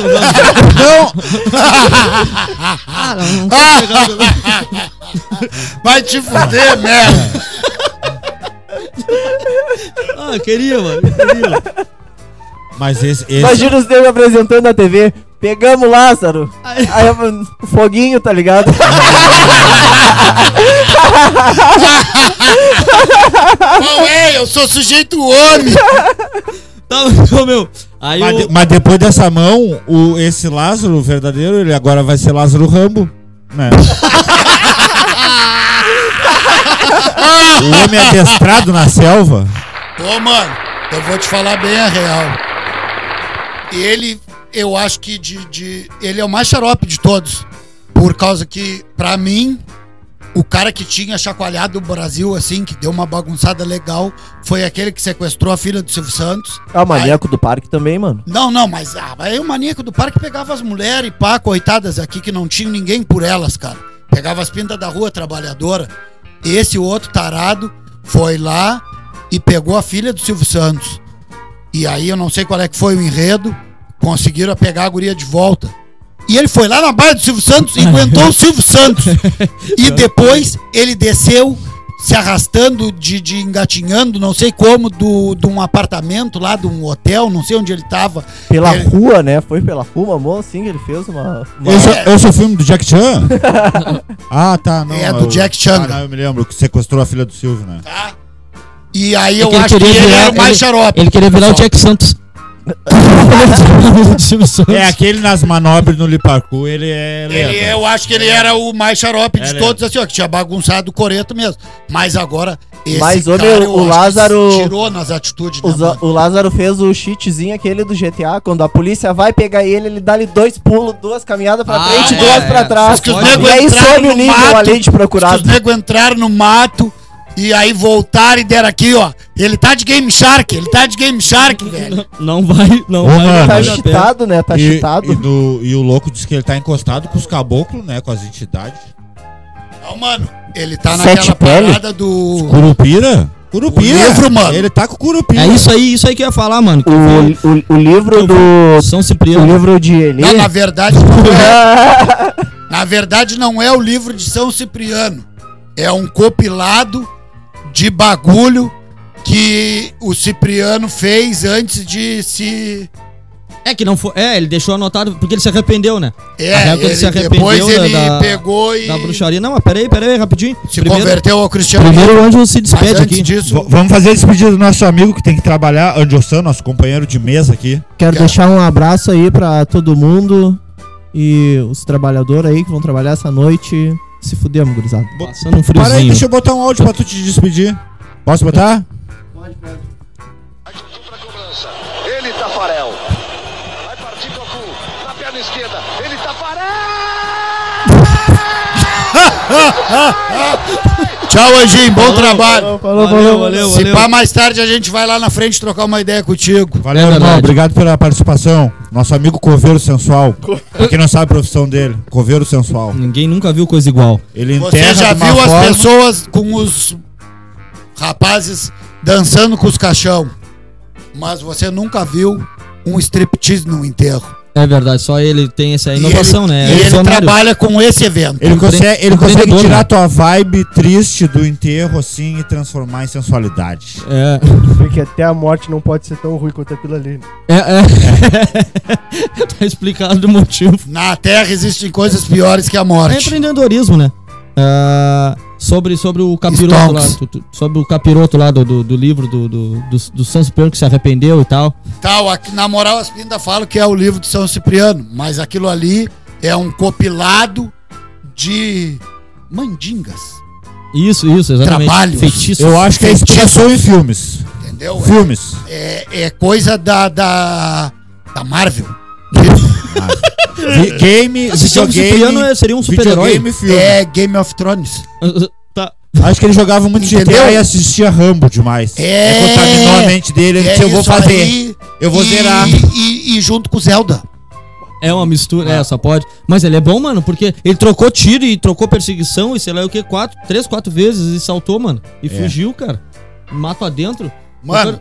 [SPEAKER 1] Ramos.
[SPEAKER 2] Vai te fuder, merda.
[SPEAKER 1] Ah, queria, mano. Queria.
[SPEAKER 4] Mas esse. esse-
[SPEAKER 3] Imagina os negros apresentando na TV. Pegamos Lázaro. Aí, mano, foguinho, tá ligado?
[SPEAKER 2] Qual é? Eu sou sujeito homem.
[SPEAKER 1] Tá, ô, meu. Aí
[SPEAKER 4] mas,
[SPEAKER 1] o...
[SPEAKER 4] de- mas depois dessa mão, o, esse Lázaro, o verdadeiro, ele agora vai ser Lázaro Rambo. Né? o homem adestrado na selva.
[SPEAKER 2] Ô, mano, eu vou te falar bem a real. Ele, eu acho que de, de- ele é o mais xarope de todos. Por causa que, pra mim, o cara que tinha chacoalhado o Brasil, assim, que deu uma bagunçada legal, foi aquele que sequestrou a filha do Silvio Santos.
[SPEAKER 3] É o maníaco do parque também, mano.
[SPEAKER 2] Não, não, mas ah, aí o maníaco do parque pegava as mulheres e pá, coitadas aqui que não tinha ninguém por elas, cara. Pegava as pintas da rua trabalhadora. Esse outro tarado foi lá e pegou a filha do Silvio Santos. E aí eu não sei qual é que foi o enredo, conseguiram pegar a guria de volta. E ele foi lá na barra do Silvio Santos e aguentou o Silvio Santos. E depois ele desceu se arrastando, de, de engatinhando, não sei como, do- de um apartamento lá, de um hotel, não sei onde ele tava.
[SPEAKER 3] Pela
[SPEAKER 2] É.
[SPEAKER 3] rua, né? Foi pela rua, amor, assim que ele fez uma. uma-
[SPEAKER 4] Esse, é- esse é o filme do Jack Chan? ah, tá. Não,
[SPEAKER 2] É do
[SPEAKER 4] o-
[SPEAKER 2] Jack Chan.
[SPEAKER 4] Ah, não, eu me lembro que sequestrou a filha do Silvio, né?
[SPEAKER 2] E aí
[SPEAKER 1] É
[SPEAKER 2] eu
[SPEAKER 1] que ele
[SPEAKER 2] acho É que
[SPEAKER 1] queria
[SPEAKER 2] ele
[SPEAKER 1] virar-
[SPEAKER 2] era o mais xarope.
[SPEAKER 1] Ele queria virar o Jack Santos.
[SPEAKER 4] É aquele nas manobras no Liparcu, ele é lento.
[SPEAKER 2] Ele, eu acho que ele era o mais xarope de
[SPEAKER 4] Era.
[SPEAKER 2] todos, assim, ó, que tinha bagunçado o Coreto mesmo. Mas agora, esse
[SPEAKER 3] Mas, ô,
[SPEAKER 2] cara,
[SPEAKER 3] meu,
[SPEAKER 2] eu
[SPEAKER 3] o
[SPEAKER 2] acho que
[SPEAKER 3] Lázaro-
[SPEAKER 2] se tirou nas atitudes, né,
[SPEAKER 3] O, Za-
[SPEAKER 2] mano?
[SPEAKER 3] o Lázaro fez o cheatzinho aquele do GTA, quando a polícia vai pegar ele, ele dá-lhe dois pulos, duas caminhadas pra
[SPEAKER 1] Ah,
[SPEAKER 3] frente,
[SPEAKER 1] é,
[SPEAKER 3] duas
[SPEAKER 1] é.
[SPEAKER 3] pra trás.
[SPEAKER 1] Diz que os
[SPEAKER 3] e
[SPEAKER 1] nego
[SPEAKER 3] aí
[SPEAKER 2] entraram
[SPEAKER 3] sobe o
[SPEAKER 2] no
[SPEAKER 3] nível
[SPEAKER 2] mato,
[SPEAKER 3] além de
[SPEAKER 2] Os
[SPEAKER 3] procurado.
[SPEAKER 2] nego entraram no mato e aí voltaram e deram aqui, ó. Ele tá de Game Shark, ele tá de Game Shark, velho.
[SPEAKER 1] Não vai, não
[SPEAKER 4] Ô,
[SPEAKER 1] vai.
[SPEAKER 4] mano.
[SPEAKER 1] não
[SPEAKER 3] Tá
[SPEAKER 1] vai dar pé.
[SPEAKER 3] cheatado, né? Tá
[SPEAKER 4] e,
[SPEAKER 3] cheatado.
[SPEAKER 4] e, do- e o louco diz que ele tá encostado com os caboclos, né? Com as entidades.
[SPEAKER 2] Não, mano, ele tá
[SPEAKER 3] Sete
[SPEAKER 2] naquela
[SPEAKER 3] pele?
[SPEAKER 2] parada do.
[SPEAKER 4] Curupira? Curupira!
[SPEAKER 2] O livro, mano.
[SPEAKER 4] Ele tá com curupira.
[SPEAKER 1] É isso aí, isso aí que eu ia falar, mano. que
[SPEAKER 3] O, o, o livro do.
[SPEAKER 1] foi São
[SPEAKER 3] O
[SPEAKER 1] Cipriano.
[SPEAKER 3] livro de Eli.
[SPEAKER 2] Não, na verdade, não é. na verdade, não é o livro de São Cipriano. É um compilado de bagulho que o Cipriano fez antes de se.
[SPEAKER 1] É que não foi. É, ele deixou anotado porque ele se arrependeu, né?
[SPEAKER 2] É,
[SPEAKER 1] Até quando
[SPEAKER 2] ele,
[SPEAKER 1] se arrependeu
[SPEAKER 2] depois
[SPEAKER 1] da-
[SPEAKER 2] ele
[SPEAKER 1] da-
[SPEAKER 2] pegou e
[SPEAKER 1] Da bruxaria. Não, mas peraí, peraí, rapidinho.
[SPEAKER 2] se
[SPEAKER 1] Primeiro,
[SPEAKER 2] converteu ao cristianismo.
[SPEAKER 1] primeiro o Ângelo se
[SPEAKER 2] Mas
[SPEAKER 1] despede
[SPEAKER 2] antes
[SPEAKER 1] aqui.
[SPEAKER 2] disso,
[SPEAKER 4] V- vamos fazer a despedida do nosso amigo que tem que trabalhar, Anderson, nosso companheiro de mesa aqui.
[SPEAKER 3] Quero deixar um abraço aí pra todo mundo e os trabalhadores aí que vão trabalhar essa noite. Se fudemos, gurizada.
[SPEAKER 1] Passando um
[SPEAKER 4] Para aí,
[SPEAKER 1] friozinho.
[SPEAKER 4] deixa eu botar um áudio pra tu te despedir. Posso botar?
[SPEAKER 7] Pra cobrança. Ele, Tafarel. Vai partir Cocu. Na perna esquerda. Ele, Tafarel!
[SPEAKER 2] tchau, Anjinho. Bom trabalho.
[SPEAKER 3] Falou,
[SPEAKER 1] Valeu, valeu,
[SPEAKER 2] Se
[SPEAKER 1] valeu.
[SPEAKER 2] pá, mais tarde a gente vai lá na frente trocar uma ideia contigo.
[SPEAKER 4] Valeu,
[SPEAKER 1] É
[SPEAKER 4] irmão.
[SPEAKER 1] verdade.
[SPEAKER 4] Obrigado pela participação. Nosso amigo coveiro sensual. Pra quem não sabe a profissão dele, coveiro sensual.
[SPEAKER 1] Ninguém nunca viu coisa igual.
[SPEAKER 4] Ele enterra
[SPEAKER 2] Você já
[SPEAKER 4] de uma
[SPEAKER 2] viu as
[SPEAKER 4] forma-
[SPEAKER 2] pessoas com os rapazes dançando com os caixão, mas você nunca viu um striptease no enterro.
[SPEAKER 1] É verdade, só ele tem essa
[SPEAKER 2] E
[SPEAKER 1] inovação,
[SPEAKER 2] ele-
[SPEAKER 1] né?
[SPEAKER 2] E
[SPEAKER 1] É
[SPEAKER 2] ele
[SPEAKER 1] visionário.
[SPEAKER 2] trabalha com esse evento.
[SPEAKER 4] Ele consegue, ele consegue
[SPEAKER 1] empreendedor,
[SPEAKER 4] tirar
[SPEAKER 1] né?
[SPEAKER 4] tua vibe triste do enterro, assim, e transformar em sensualidade.
[SPEAKER 1] É,
[SPEAKER 6] Porque até a morte não pode ser tão ruim quanto aquilo ali. né?
[SPEAKER 1] é, é. tá explicado o motivo.
[SPEAKER 2] Na Terra existem coisas piores que a
[SPEAKER 1] É
[SPEAKER 2] morte.
[SPEAKER 1] empreendedorismo, né? Ah, sobre, sobre o capiroto lá,
[SPEAKER 2] Stonks.
[SPEAKER 1] tu- tu- sobre o capiroto lá do, do, do livro do, do, do, do São Cipriano que se arrependeu e tal.
[SPEAKER 2] Tal, aqui, na moral, as ainda falam que é o livro de São Cipriano, mas aquilo ali é um compilado de mandingas,
[SPEAKER 1] Isso, isso, exatamente.
[SPEAKER 2] Trabalhos.
[SPEAKER 1] Feitiços.
[SPEAKER 4] Eu acho que é inspiração em filmes.
[SPEAKER 2] entendeu?
[SPEAKER 4] Filmes.
[SPEAKER 2] É, é coisa da, da, da Marvel. É.
[SPEAKER 4] Vi- game,
[SPEAKER 1] Se São Cipriano
[SPEAKER 4] videogame,
[SPEAKER 1] é- seria um super-herói.
[SPEAKER 4] videogame e filme.
[SPEAKER 2] É Game of Thrones.
[SPEAKER 1] Tá.
[SPEAKER 4] Acho que ele jogava muito
[SPEAKER 2] Entendeu?
[SPEAKER 4] GTA e assistia Rambo demais.
[SPEAKER 2] É.
[SPEAKER 4] Aí contaminou a mente dele, ele
[SPEAKER 2] É
[SPEAKER 4] disse, eu vou
[SPEAKER 2] isso
[SPEAKER 4] fazer.
[SPEAKER 2] aí.
[SPEAKER 4] Eu vou
[SPEAKER 2] E-
[SPEAKER 4] zerar.
[SPEAKER 2] E, e junto com Zelda.
[SPEAKER 1] É uma mistura, é, só pode. Mas ele é bom, mano, porque ele trocou tiro e trocou perseguição e sei lá o que, quatro, três, quatro vezes e saltou, mano. E fugiu, cara. Mato adentro.
[SPEAKER 2] Mano,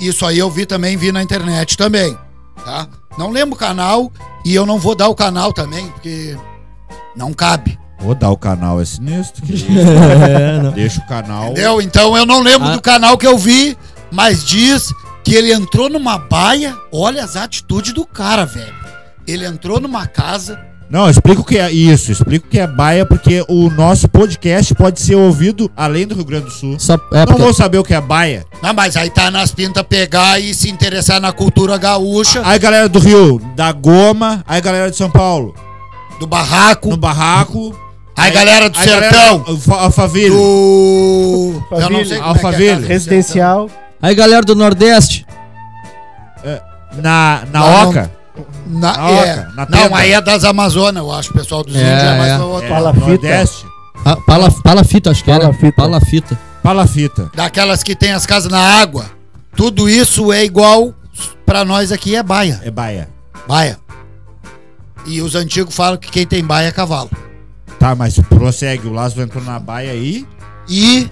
[SPEAKER 2] isso aí eu vi também, vi na internet também. Tá? Não lembro o canal e eu não vou dar o canal também, porque não cabe.
[SPEAKER 4] Vou dar o canal, é sinistro. que isso.
[SPEAKER 1] É, não.
[SPEAKER 4] Deixa o canal.
[SPEAKER 2] Entendeu? Então eu não lembro
[SPEAKER 1] Ah.
[SPEAKER 2] do canal que eu vi, mas diz que ele entrou numa baia. Olha as atitudes do cara, velho. Ele entrou numa casa.
[SPEAKER 4] Não, explica o que é isso. Explica o que é baia, porque o nosso podcast pode ser ouvido além do Rio Grande do Sul.
[SPEAKER 1] Só, é,
[SPEAKER 4] Não
[SPEAKER 1] porque-
[SPEAKER 4] vou saber o que é baia.
[SPEAKER 2] Não, mas aí tá nas pintas pegar e se interessar na cultura gaúcha,
[SPEAKER 4] Aí galera do Rio, da Goma. Aí galera de São Paulo,
[SPEAKER 2] do barraco.
[SPEAKER 4] no barraco.
[SPEAKER 2] ah. Aí galera do
[SPEAKER 4] aí
[SPEAKER 2] sertão.
[SPEAKER 4] Galera, alfa- alfaville.
[SPEAKER 2] do. Eu não
[SPEAKER 6] Alphaville.
[SPEAKER 2] sei como
[SPEAKER 4] Alphaville.
[SPEAKER 2] é que é, cara.
[SPEAKER 6] Residencial.
[SPEAKER 1] Aí, galera do Nordeste.
[SPEAKER 4] Na, na
[SPEAKER 2] Lá não-
[SPEAKER 4] Oca.
[SPEAKER 2] Na,
[SPEAKER 4] Na
[SPEAKER 2] é.
[SPEAKER 4] Oca, na
[SPEAKER 2] não,
[SPEAKER 4] tenda.
[SPEAKER 2] aí é das Amazonas, eu acho. O pessoal dos
[SPEAKER 1] É,
[SPEAKER 2] índios é mais
[SPEAKER 1] é.
[SPEAKER 2] pra outro lado.
[SPEAKER 6] Fala
[SPEAKER 4] no
[SPEAKER 6] fita.
[SPEAKER 4] Nordeste.
[SPEAKER 1] Ah, pala, palafita, acho que era.
[SPEAKER 3] Palafita.
[SPEAKER 1] Palafita.
[SPEAKER 4] Palafita.
[SPEAKER 2] Daquelas que tem as casas na água. Tudo isso é igual pra nós aqui é baia.
[SPEAKER 4] É baia.
[SPEAKER 2] Baia. E os antigos falam que quem tem baia é cavalo.
[SPEAKER 4] Tá, mas prossegue. O Lázaro entrou na baia aí.
[SPEAKER 2] E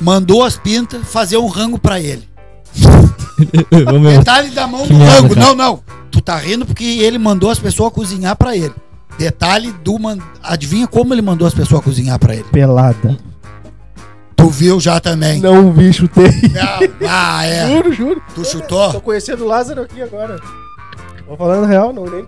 [SPEAKER 2] mandou as pintas fazer um rango pra ele.
[SPEAKER 1] Ô, meu.
[SPEAKER 2] Detalhe da mão
[SPEAKER 1] Que
[SPEAKER 2] do
[SPEAKER 1] merda,
[SPEAKER 2] rango.
[SPEAKER 1] cara.
[SPEAKER 2] Não, não. Tu tá rindo porque ele mandou as pessoas cozinhar pra ele. Detalhe do. Man... Adivinha como ele mandou as pessoas cozinhar pra ele?
[SPEAKER 6] Pelada.
[SPEAKER 2] Tu viu já também.
[SPEAKER 6] Não, bicho, tem.
[SPEAKER 2] Não, Ah, é.
[SPEAKER 6] Juro, juro.
[SPEAKER 2] Tu
[SPEAKER 6] Tô
[SPEAKER 2] chutou?
[SPEAKER 6] conhecendo o Lázaro aqui agora. Tô falando real, não nem.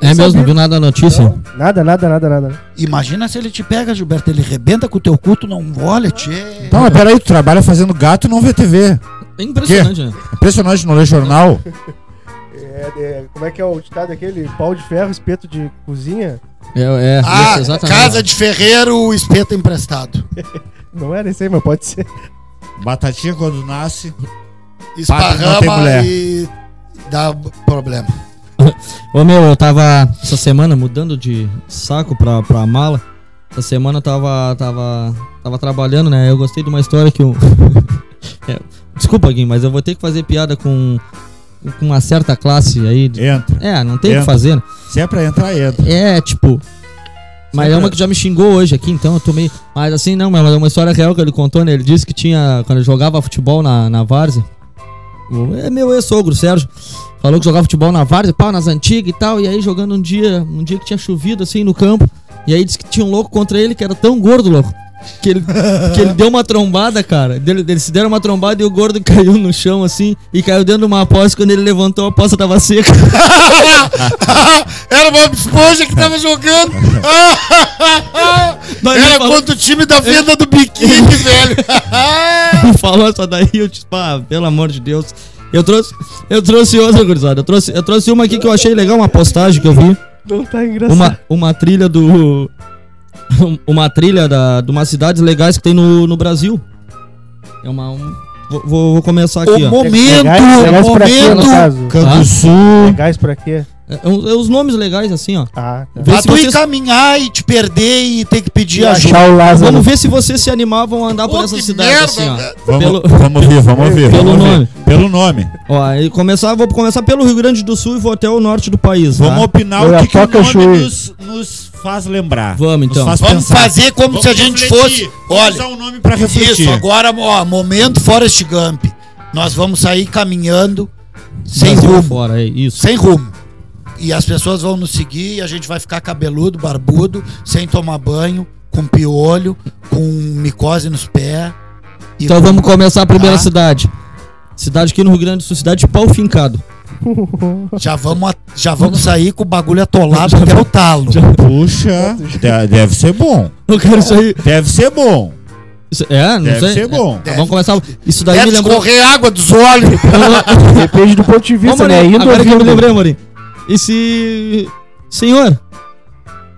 [SPEAKER 1] É mesmo, não viu nada da notícia?
[SPEAKER 6] Nada, nada, nada, né? nada.
[SPEAKER 2] Imagina se ele te pega, Gilberto. Ele rebenta com o teu culto, não olha, tchê.
[SPEAKER 4] Tá, mas peraí, tu trabalha fazendo gato e não vê TV.
[SPEAKER 1] É impressionante, né?
[SPEAKER 4] Impressionante não ler jornal.
[SPEAKER 6] É, é, como é que é o ditado aquele? Pau de ferro, espeto de cozinha?
[SPEAKER 1] É, é,
[SPEAKER 2] Ah,
[SPEAKER 1] isso, exatamente.
[SPEAKER 2] casa de ferreiro, espeto emprestado.
[SPEAKER 6] Não era esse aí, mas pode ser.
[SPEAKER 4] Batatinha quando nasce. Pato não tem
[SPEAKER 2] Esparrama
[SPEAKER 4] mulher.
[SPEAKER 2] e dá problema.
[SPEAKER 1] Ô meu, eu tava essa semana mudando de saco pra, pra mala. Essa semana eu tava, tava, tava trabalhando, né? Eu gostei de uma história que eu. É, desculpa, Gui, mas eu vou ter que fazer piada com, com uma certa classe aí. de-
[SPEAKER 4] Entra.
[SPEAKER 1] É, não tem o
[SPEAKER 4] É.
[SPEAKER 1] que fazer. né?
[SPEAKER 4] Se é pra entrar, entra.
[SPEAKER 1] É, tipo. Mas é uma que já me xingou hoje aqui, então eu tomei. Mas assim, não, mas é uma história real que ele contou, né? Ele disse que tinha. Quando ele jogava futebol na, na Várzea. o- É meu ex-sogro, Sérgio. Falou que jogava futebol na Várzea, pau, nas antigas e tal. E aí jogando um dia, um dia que tinha chovido assim no campo. E aí disse que tinha um louco contra ele que era tão gordo, louco. Que ele, que ele deu uma trombada, cara. Dele- Eles se deram uma trombada e o gordo caiu no chão assim. E caiu dentro de uma aposta. Quando ele levantou, a aposta tava seca.
[SPEAKER 2] Era o Bob Esponja que tava jogando.
[SPEAKER 1] Daí ele
[SPEAKER 2] Era
[SPEAKER 1] falou-
[SPEAKER 2] contra o time da venda do biquíni, velho.
[SPEAKER 1] Tu falou essa daí, eu disse, pá, pelo amor de Deus. Eu trouxe, eu trouxe outra, gurizada. Eu trouxe, eu trouxe uma aqui que eu achei legal, uma postagem que eu vi.
[SPEAKER 6] Não tá engraçado.
[SPEAKER 1] Uma, uma trilha do. Uma trilha da, de umas cidades legais que tem no, no Brasil. É uma. um- vou, vou- vou começar
[SPEAKER 2] o
[SPEAKER 1] aqui, ó.
[SPEAKER 2] Um momento,
[SPEAKER 6] Legais, legais pra quê, no
[SPEAKER 2] o
[SPEAKER 6] caso?
[SPEAKER 4] Canto
[SPEAKER 1] Ah.
[SPEAKER 4] Sul.
[SPEAKER 6] Legais pra quê?
[SPEAKER 1] É, é uns- é os nomes legais, assim, ó.
[SPEAKER 6] Ah, tá.
[SPEAKER 1] Vê
[SPEAKER 2] momento. A
[SPEAKER 1] se
[SPEAKER 2] tu
[SPEAKER 1] vocês-
[SPEAKER 2] ir caminhar e te perder e ter que pedir ajuda.
[SPEAKER 3] Achar o Lázaro.
[SPEAKER 1] Vamos ver se vocês se animavam a andar por
[SPEAKER 2] Pô,
[SPEAKER 1] essas
[SPEAKER 2] que
[SPEAKER 1] cidades,
[SPEAKER 2] merda,
[SPEAKER 1] assim, ó.
[SPEAKER 2] velho.
[SPEAKER 4] Vamos,
[SPEAKER 1] Pelo-
[SPEAKER 4] vamos ouvir, vamos ouvir.
[SPEAKER 1] pelo
[SPEAKER 4] vamos
[SPEAKER 1] nome.
[SPEAKER 4] Ouvir. Pelo nome.
[SPEAKER 1] Ó, aí começar, vou começar pelo Rio Grande do Sul e vou até o norte do país. tá?
[SPEAKER 4] Vamos opinar
[SPEAKER 3] Eu
[SPEAKER 4] o que, que o
[SPEAKER 3] toco
[SPEAKER 4] nome
[SPEAKER 3] o chuí.
[SPEAKER 4] nos, nos faz lembrar.
[SPEAKER 1] Vamos, então.
[SPEAKER 4] Nos faz
[SPEAKER 2] Vamos
[SPEAKER 4] pensar.
[SPEAKER 2] fazer como
[SPEAKER 4] Vamos
[SPEAKER 2] se a gente
[SPEAKER 4] refletir.
[SPEAKER 2] fosse.
[SPEAKER 4] Vamos
[SPEAKER 2] Olha,
[SPEAKER 4] usar um nome pra refletir.
[SPEAKER 2] isso, agora, ó, momento Forrest Gump. Nós vamos sair caminhando sem
[SPEAKER 1] Brasil
[SPEAKER 2] rumo.
[SPEAKER 1] fora, é isso.
[SPEAKER 2] sem rumo. E as pessoas vão nos seguir e a gente vai ficar cabeludo, barbudo, sem tomar banho, com piolho, com micose nos pés. E
[SPEAKER 1] Então
[SPEAKER 2] com-
[SPEAKER 1] vamos começar a primeira
[SPEAKER 2] Tá.
[SPEAKER 1] cidade. Cidade aqui no Rio Grande do Sul, cidade de pau fincado.
[SPEAKER 2] já vamos a- já vamos sair com o bagulho atolado até o talo.
[SPEAKER 4] Puxa, de- deve ser bom.
[SPEAKER 1] Eu quero isso aí.
[SPEAKER 4] Deve ser bom.
[SPEAKER 1] Isso- é, não
[SPEAKER 4] Deve
[SPEAKER 1] sei.
[SPEAKER 4] ser bom.
[SPEAKER 1] Tá, vamos começar. Isso daí
[SPEAKER 2] Deve
[SPEAKER 1] me lembrou.
[SPEAKER 2] escorrer água dos olhos.
[SPEAKER 3] Depende do ponto de
[SPEAKER 1] Ô,
[SPEAKER 3] vista, né?
[SPEAKER 1] Morim,
[SPEAKER 3] Indo
[SPEAKER 1] agora que eu me
[SPEAKER 3] ouvindo.
[SPEAKER 1] lembrei, Morim. Esse. Senhor,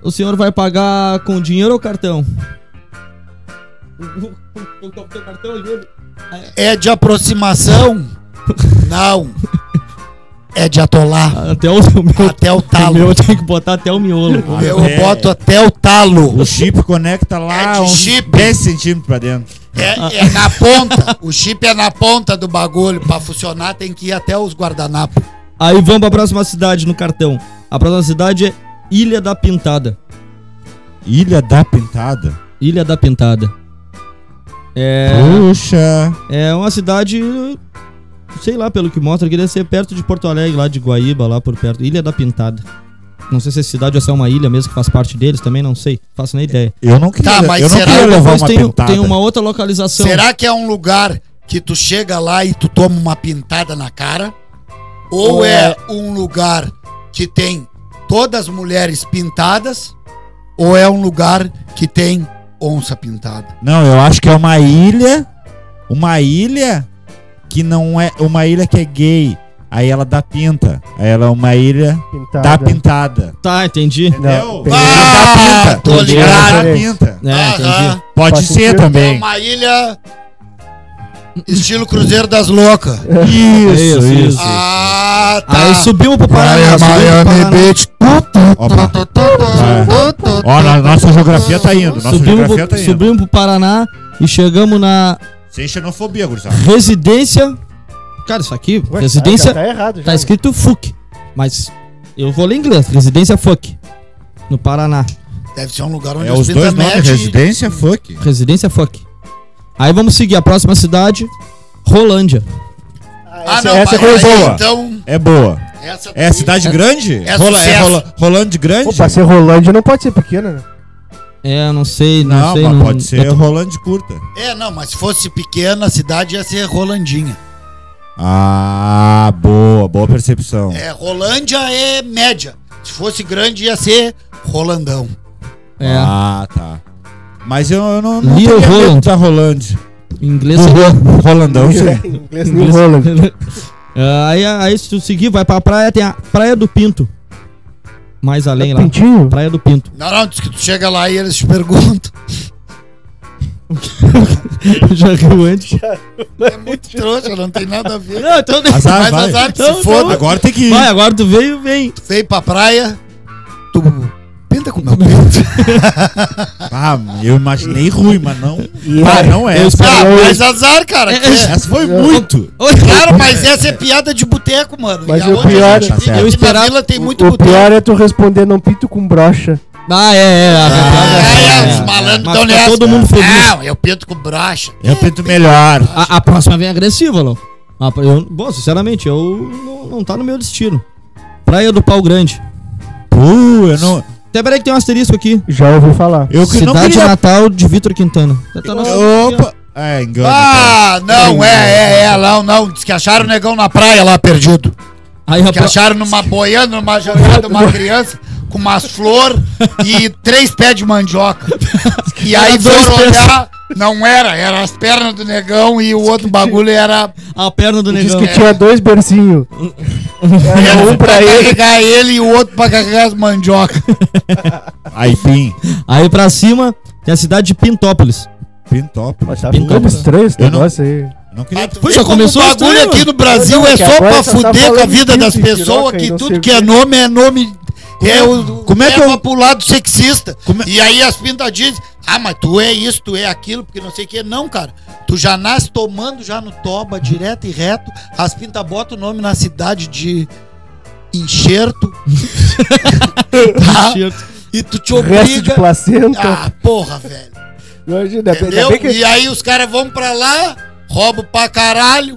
[SPEAKER 1] o senhor vai pagar com dinheiro ou cartão?
[SPEAKER 2] É de aproximação? Não. É de atolar
[SPEAKER 1] Até o o meu.
[SPEAKER 2] até o
[SPEAKER 1] O meu
[SPEAKER 2] talo.
[SPEAKER 1] eu tenho que botar até o miolo.
[SPEAKER 2] O meu
[SPEAKER 4] Até-
[SPEAKER 2] eu boto até o talo.
[SPEAKER 4] O chip conecta lá
[SPEAKER 2] É de
[SPEAKER 4] uns
[SPEAKER 2] chip.
[SPEAKER 4] 10 centímetros pra dentro.
[SPEAKER 2] É, é na ponta. O chip é na ponta do bagulho. Pra funcionar tem que ir até os guardanapos.
[SPEAKER 1] Aí vamos pra próxima cidade no cartão. A próxima cidade é Ilha da Pintada.
[SPEAKER 4] Ilha da Pintada.
[SPEAKER 1] Ilha da Pintada. É.
[SPEAKER 4] Puxa.
[SPEAKER 1] É uma cidade. Sei lá, pelo que mostra, queria ser perto de Porto Alegre, lá de Guaíba, lá por perto. Ilha da Pintada. Não sei se é cidade ou se é uma ilha mesmo que faz parte deles, também não sei. Faço nem ideia.
[SPEAKER 4] Eu não queria,
[SPEAKER 2] Tá, mas
[SPEAKER 4] eu não
[SPEAKER 2] será
[SPEAKER 4] queria
[SPEAKER 2] que
[SPEAKER 4] levar
[SPEAKER 1] Mas
[SPEAKER 4] uma
[SPEAKER 1] tem, um-
[SPEAKER 4] pintada.
[SPEAKER 1] tem uma outra localização.
[SPEAKER 2] Será que é um lugar que tu chega lá e tu toma uma pintada na cara? Ou é um lugar que tem todas as mulheres pintadas? Ou é um lugar que tem onça pintada?
[SPEAKER 4] Não, eu acho que é uma ilha. Uma ilha que não é. Uma ilha que é gay. Aí ela dá pinta. Aí ela é uma ilha da
[SPEAKER 6] Pintada.
[SPEAKER 4] pintada.
[SPEAKER 1] Tá, entendi.
[SPEAKER 4] Entendeu?
[SPEAKER 6] tem-
[SPEAKER 4] Ela dá
[SPEAKER 2] Ah, tô
[SPEAKER 4] Ela
[SPEAKER 2] ligado.
[SPEAKER 4] dá pinta.
[SPEAKER 1] É,
[SPEAKER 2] Aham.
[SPEAKER 1] entendi.
[SPEAKER 4] Pode
[SPEAKER 6] Faz
[SPEAKER 4] ser
[SPEAKER 6] sentido.
[SPEAKER 2] É
[SPEAKER 4] também.
[SPEAKER 2] uma ilha estilo Cruzeiro das Loucas.
[SPEAKER 4] É Isso,
[SPEAKER 1] Isso,
[SPEAKER 4] isso.
[SPEAKER 1] isso.
[SPEAKER 2] Ah, tá.
[SPEAKER 1] Aí subiu pro Paraná. subiu pro Paraná.
[SPEAKER 2] Beach.
[SPEAKER 4] Opa. Ó, na- nossa geografia tá indo. Nossa
[SPEAKER 1] Subimos
[SPEAKER 4] geografia tá
[SPEAKER 1] pro,
[SPEAKER 4] indo.
[SPEAKER 1] subimos pro Paraná e chegamos na
[SPEAKER 4] Sem xenofobia, gurizada.
[SPEAKER 1] residência. Cara, isso aqui,
[SPEAKER 6] Ué,
[SPEAKER 1] residência.
[SPEAKER 6] Tá, tá errado já.
[SPEAKER 1] Tá escrito FUC, mas eu vou ler em inglês. Residência FUC, no Paraná.
[SPEAKER 2] Deve ser um lugar onde
[SPEAKER 4] É
[SPEAKER 2] os
[SPEAKER 4] os dois
[SPEAKER 2] pintas
[SPEAKER 4] nomes,
[SPEAKER 2] metem.
[SPEAKER 4] residência, fuck.
[SPEAKER 1] Residência FUC. Aí vamos seguir a próxima cidade, Rolândia.
[SPEAKER 2] Ah,
[SPEAKER 6] essa-
[SPEAKER 2] não,
[SPEAKER 4] essa
[SPEAKER 2] essa
[SPEAKER 4] foi boa.
[SPEAKER 2] Então,
[SPEAKER 4] É boa.
[SPEAKER 2] essa
[SPEAKER 4] É cidade grande?
[SPEAKER 2] É
[SPEAKER 4] Rola, é
[SPEAKER 2] sucesso.
[SPEAKER 4] rola, rolando de grande?
[SPEAKER 6] Opa, ser Rolândia não pode ser pequena, né?
[SPEAKER 1] É, eu não sei, não,
[SPEAKER 4] não,
[SPEAKER 1] sei.
[SPEAKER 4] mas
[SPEAKER 1] não-
[SPEAKER 4] pode ser rolando de curta.
[SPEAKER 2] É, não, mas se fosse pequena, a cidade ia ser Rolandinha.
[SPEAKER 4] Ah, boa, boa percepção.
[SPEAKER 2] É, Rolândia é média. Se fosse grande, ia ser Rolandão.
[SPEAKER 1] É,
[SPEAKER 4] Ah, tá. Mas eu, eu não, não
[SPEAKER 1] Little
[SPEAKER 4] teria medo
[SPEAKER 1] Roland.
[SPEAKER 4] da Rolândia.
[SPEAKER 1] em inglês seria
[SPEAKER 4] Rolandão, sim.
[SPEAKER 6] Inglês
[SPEAKER 1] Inglês.
[SPEAKER 6] News.
[SPEAKER 1] Ah, aí, aí se tu seguir, vai pra praia, tem a Praia do Pinto. Mais além lá.
[SPEAKER 3] Pintinho?
[SPEAKER 1] Praia do Pinto.
[SPEAKER 2] Não, não, diz que tu chega lá e eles te perguntam.
[SPEAKER 1] Já riu antes.
[SPEAKER 2] É muito trouxa, não tem nada a ver.
[SPEAKER 1] Não, então deixa.
[SPEAKER 4] Azar,
[SPEAKER 2] Mas
[SPEAKER 4] vai.
[SPEAKER 2] azar que
[SPEAKER 1] Não,
[SPEAKER 2] se foda. Agora
[SPEAKER 4] Agora tem que ir.
[SPEAKER 1] Vai, agora tu veio, vem.
[SPEAKER 2] tu veio pra praia, tu pinta com meu pinto.
[SPEAKER 4] Ah, eu imaginei ruim, mas não.
[SPEAKER 3] E
[SPEAKER 4] Ah,
[SPEAKER 3] aí,
[SPEAKER 4] não é.
[SPEAKER 3] eu
[SPEAKER 4] essa.
[SPEAKER 2] Ah, mas azar, cara. que é.
[SPEAKER 4] Essa foi muito.
[SPEAKER 1] Oi.
[SPEAKER 2] Cara, mas essa é piada de boteco, mano.
[SPEAKER 6] Mas
[SPEAKER 2] E
[SPEAKER 6] o
[SPEAKER 2] aonde
[SPEAKER 6] pior-
[SPEAKER 2] a gente
[SPEAKER 4] Tá
[SPEAKER 2] vive
[SPEAKER 4] certo.
[SPEAKER 1] Eu
[SPEAKER 2] aqui na
[SPEAKER 1] esperava-
[SPEAKER 2] vila tem muito
[SPEAKER 6] o
[SPEAKER 2] boteco.
[SPEAKER 6] pior é tu responder não pinto com brocha.
[SPEAKER 1] Ah, é, é. é,
[SPEAKER 2] Ah, é,
[SPEAKER 1] é, é,
[SPEAKER 2] os
[SPEAKER 1] é.
[SPEAKER 2] malandros
[SPEAKER 1] Mas
[SPEAKER 2] dão
[SPEAKER 1] fica
[SPEAKER 2] nessa. Ah,
[SPEAKER 1] todo mundo feliz.
[SPEAKER 2] Não, eu pinto com brocha.
[SPEAKER 4] Eu pinto melhor.
[SPEAKER 1] A, a próxima vem agressiva, Lão. A pra- eu- Bom, sinceramente, eu não, não tá no meu destino. Praia do Pau Grande.
[SPEAKER 4] Uh, eu não.
[SPEAKER 1] Até peraí que tem um asterisco aqui.
[SPEAKER 6] Já ouvi falar.
[SPEAKER 4] Eu que não
[SPEAKER 1] Cidade
[SPEAKER 4] queria.
[SPEAKER 1] Natal de Vitor Quintana. Tá- tá nosso-
[SPEAKER 4] Opa! É, engano.
[SPEAKER 2] Ah, não, é, é, é, não, não. Diz que acharam o negão na praia lá perdido.
[SPEAKER 1] Aí,
[SPEAKER 2] Que
[SPEAKER 1] rapaz.
[SPEAKER 2] acharam numa boiando, numa jangada, uma criança com umas flor e três pés de mandioca. E aí
[SPEAKER 1] Era dois
[SPEAKER 2] foram
[SPEAKER 1] pés.
[SPEAKER 2] olhar, não era, era as pernas do negão e o outro bagulho era
[SPEAKER 1] A perna do
[SPEAKER 6] Diz
[SPEAKER 1] negão.
[SPEAKER 6] que tinha É dois bercinhos. Era um pra ele.
[SPEAKER 2] carregar ele e o outro pra carregar as mandioca.
[SPEAKER 4] Aipim.
[SPEAKER 1] Aí pra cima tem a cidade de Pintópolis.
[SPEAKER 4] Pintópolis.
[SPEAKER 6] Mas tá
[SPEAKER 1] Pintou
[SPEAKER 6] ficando
[SPEAKER 1] pra-
[SPEAKER 6] estranho esse
[SPEAKER 4] Eu não-
[SPEAKER 6] negócio aí.
[SPEAKER 4] Não queria.
[SPEAKER 1] Pô, já
[SPEAKER 2] Vê como
[SPEAKER 1] começou
[SPEAKER 2] o
[SPEAKER 1] estranho,
[SPEAKER 2] bagulho aqui
[SPEAKER 1] mano.
[SPEAKER 2] no Brasil
[SPEAKER 6] Não,
[SPEAKER 2] é
[SPEAKER 6] que
[SPEAKER 2] só
[SPEAKER 6] agora
[SPEAKER 2] pra
[SPEAKER 6] só tá
[SPEAKER 2] fuder com a
[SPEAKER 6] falando
[SPEAKER 2] vida
[SPEAKER 6] de
[SPEAKER 2] das
[SPEAKER 6] piroca
[SPEAKER 2] pessoas,
[SPEAKER 6] e
[SPEAKER 2] que
[SPEAKER 6] não
[SPEAKER 2] tudo
[SPEAKER 6] sei
[SPEAKER 2] que
[SPEAKER 6] o
[SPEAKER 2] é
[SPEAKER 6] quê.
[SPEAKER 2] nome é nome. É o,
[SPEAKER 4] Como é que
[SPEAKER 2] leva
[SPEAKER 4] eu-
[SPEAKER 2] pro lado sexista.
[SPEAKER 4] Como é-
[SPEAKER 2] E aí as pintadinhas. Ah, mas tu é isso, tu é aquilo, porque não sei o que. Não, cara. Tu já nasce tomando já no toba, direto e reto. As pintas botam o nome na cidade de enxerto. tá? E tu te
[SPEAKER 6] Resto de
[SPEAKER 2] obriga.
[SPEAKER 6] placenta.
[SPEAKER 2] Ah, porra, velho.
[SPEAKER 6] Imagina, ainda
[SPEAKER 2] Entendeu?
[SPEAKER 6] bem que
[SPEAKER 2] E aí os caras vão pra lá, roubam pra caralho,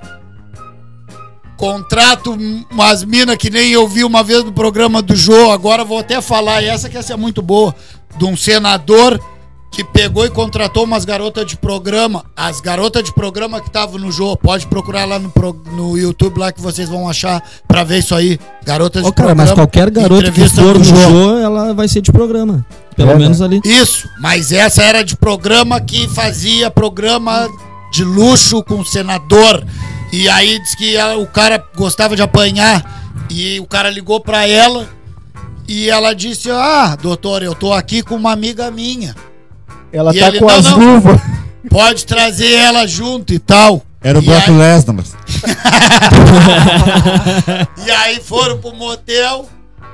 [SPEAKER 2] contrato umas minas que nem eu vi uma vez no programa do Jô, agora vou até falar, e essa que essa é muito boa, de um senador que pegou e contratou umas garotas de programa, as garotas de programa que estavam no Jô, pode procurar lá no, pro- no YouTube lá que vocês vão achar pra ver isso aí, garotas
[SPEAKER 1] Ô,
[SPEAKER 2] de
[SPEAKER 1] cara,
[SPEAKER 2] programa.
[SPEAKER 1] mas qualquer garoto que
[SPEAKER 2] entrevista
[SPEAKER 1] for
[SPEAKER 2] do
[SPEAKER 1] no
[SPEAKER 2] Jô.
[SPEAKER 1] show, ela vai ser de programa. Pelo
[SPEAKER 6] É, né?
[SPEAKER 1] menos ali.
[SPEAKER 2] Isso, mas essa era de programa que fazia programa de luxo com o senador. E aí diz que a- o cara gostava de apanhar. E o cara ligou pra ela e ela disse: Ah, doutor, eu tô aqui com uma amiga minha.
[SPEAKER 6] ela
[SPEAKER 2] E
[SPEAKER 6] tá
[SPEAKER 2] ele,
[SPEAKER 6] com
[SPEAKER 2] não,
[SPEAKER 6] as
[SPEAKER 2] não.
[SPEAKER 6] luvas.
[SPEAKER 2] Pode trazer ela junto e tal.
[SPEAKER 4] Era o
[SPEAKER 2] E
[SPEAKER 4] Brock
[SPEAKER 2] aí-
[SPEAKER 4] Lesnar.
[SPEAKER 2] E aí foram pro motel.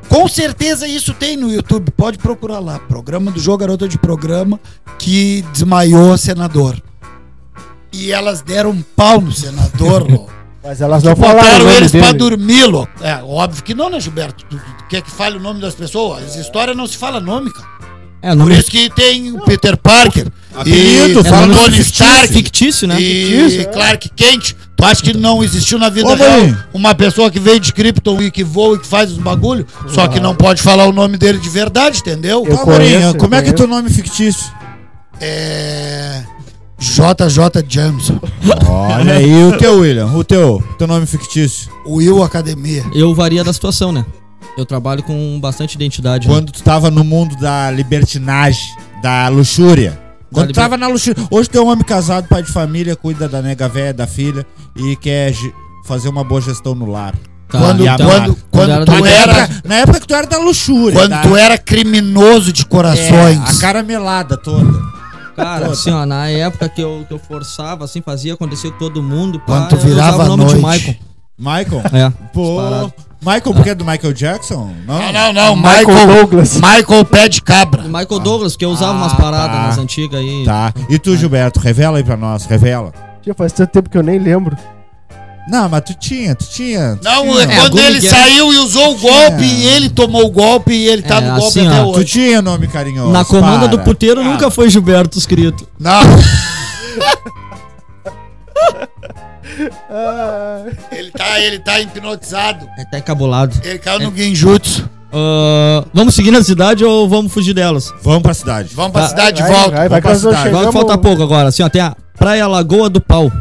[SPEAKER 2] Com certeza isso tem no YouTube. Pode procurar lá. Programa do Jogo Garota de Programa que desmaiou o senador. E elas deram um pau no senador, louco.
[SPEAKER 6] Mas elas não falaram. o
[SPEAKER 2] Botaram
[SPEAKER 6] nome
[SPEAKER 2] eles pra
[SPEAKER 6] dele.
[SPEAKER 2] dormir, louco. É, óbvio que não, né, Gilberto? Tu, tu quer que fale o nome das pessoas? As histórias não se fala nome, cara.
[SPEAKER 1] É, não
[SPEAKER 2] Por isso que tem o Peter Parker.
[SPEAKER 4] Apelido,
[SPEAKER 2] e
[SPEAKER 4] fala
[SPEAKER 2] o
[SPEAKER 4] nome
[SPEAKER 2] Tony
[SPEAKER 4] fictício.
[SPEAKER 2] Stark.
[SPEAKER 1] Fictício, né?
[SPEAKER 2] E Clark Kent, tu acha que não existiu na vida
[SPEAKER 4] Ô,
[SPEAKER 2] real
[SPEAKER 4] mãe.
[SPEAKER 2] uma pessoa que veio de Krypton e que voa e que faz os bagulho? Só que não pode falar o nome dele de verdade, entendeu?
[SPEAKER 6] Eu
[SPEAKER 4] Tá, Morinha,
[SPEAKER 6] conheço, eu
[SPEAKER 4] como é que
[SPEAKER 6] conheço.
[SPEAKER 4] teu nome é fictício?
[SPEAKER 2] É. JJ Jameson,
[SPEAKER 4] Olha aí o teu, William. Né? O teu, teu nome é fictício.
[SPEAKER 2] Will Academia.
[SPEAKER 1] Eu varia da situação, né? Eu trabalho com bastante identidade. né?
[SPEAKER 4] Quando tu tava no mundo da libertinagem, da luxúria. Quando tu
[SPEAKER 1] liber-
[SPEAKER 4] tava na luxúria. Hoje tu é um homem casado, pai de família, cuida da nega velha, da filha e quer ge- fazer uma boa gestão no lar.
[SPEAKER 1] Tá,
[SPEAKER 2] quando
[SPEAKER 4] e a
[SPEAKER 1] então-
[SPEAKER 2] quando,
[SPEAKER 4] Mara.
[SPEAKER 1] Quando
[SPEAKER 2] quando, tu
[SPEAKER 1] era-
[SPEAKER 2] era,
[SPEAKER 4] Na época que tu era da luxúria.
[SPEAKER 2] quando
[SPEAKER 4] da...
[SPEAKER 2] tu era criminoso de
[SPEAKER 4] é, a
[SPEAKER 2] corações.
[SPEAKER 4] caramelada toda.
[SPEAKER 1] Cara,
[SPEAKER 4] Toda.
[SPEAKER 1] assim, ó, na época que eu, que eu forçava, assim, fazia acontecer com todo mundo.
[SPEAKER 2] Quando
[SPEAKER 1] pá,
[SPEAKER 2] tu
[SPEAKER 1] eu usava
[SPEAKER 2] virava a
[SPEAKER 1] o nome de
[SPEAKER 2] noite.
[SPEAKER 1] Michael.
[SPEAKER 4] Michael?
[SPEAKER 1] É.
[SPEAKER 4] Pô.
[SPEAKER 1] disparado.
[SPEAKER 4] Michael, porque é do Michael Jackson? Não.
[SPEAKER 2] Não, não, não.
[SPEAKER 6] Michael,
[SPEAKER 2] Michael,
[SPEAKER 6] Douglas.
[SPEAKER 2] Michael Pé de Cabra.
[SPEAKER 1] O Michael Douglas, que eu usava umas
[SPEAKER 4] Ah,
[SPEAKER 1] paradas
[SPEAKER 4] tá.
[SPEAKER 1] nas antigas aí.
[SPEAKER 4] Tá. E tu, Gilberto, revela aí pra nós, revela.
[SPEAKER 6] Tia, faz tanto tempo que eu nem lembro.
[SPEAKER 4] Não, mas tu tinha, tu tinha. tu
[SPEAKER 2] Não,
[SPEAKER 4] tinha.
[SPEAKER 2] é quando
[SPEAKER 1] Gumi
[SPEAKER 2] ele
[SPEAKER 1] Guerra.
[SPEAKER 2] saiu e usou o golpe,
[SPEAKER 4] É.
[SPEAKER 2] e ele tomou o golpe e ele tá
[SPEAKER 1] É,
[SPEAKER 2] no golpe
[SPEAKER 1] assim,
[SPEAKER 2] até
[SPEAKER 1] ó,
[SPEAKER 4] Tu
[SPEAKER 2] hoje.
[SPEAKER 4] tinha nome carinhoso.
[SPEAKER 1] Na comanda
[SPEAKER 4] para.
[SPEAKER 1] do puteiro nunca foi Gilberto escrito.
[SPEAKER 2] Não. ele, tá, ele tá hipnotizado.
[SPEAKER 1] É até cabulado.
[SPEAKER 2] Ele caiu
[SPEAKER 6] É.
[SPEAKER 2] no Genjutsu.
[SPEAKER 1] Ah, vamos seguir na cidade ou vamos fugir delas?
[SPEAKER 4] Vamos pra cidade.
[SPEAKER 2] Vamos pra
[SPEAKER 6] Ah,
[SPEAKER 1] Tá.
[SPEAKER 2] cidade de
[SPEAKER 6] vai,
[SPEAKER 2] volta.
[SPEAKER 6] Vai, vai, que
[SPEAKER 4] Vamos pra
[SPEAKER 6] nós não
[SPEAKER 4] cidade.
[SPEAKER 1] Agora
[SPEAKER 6] chegamos.
[SPEAKER 1] falta pouco agora, assim, ó, tem a Praia Lagoa do Pau.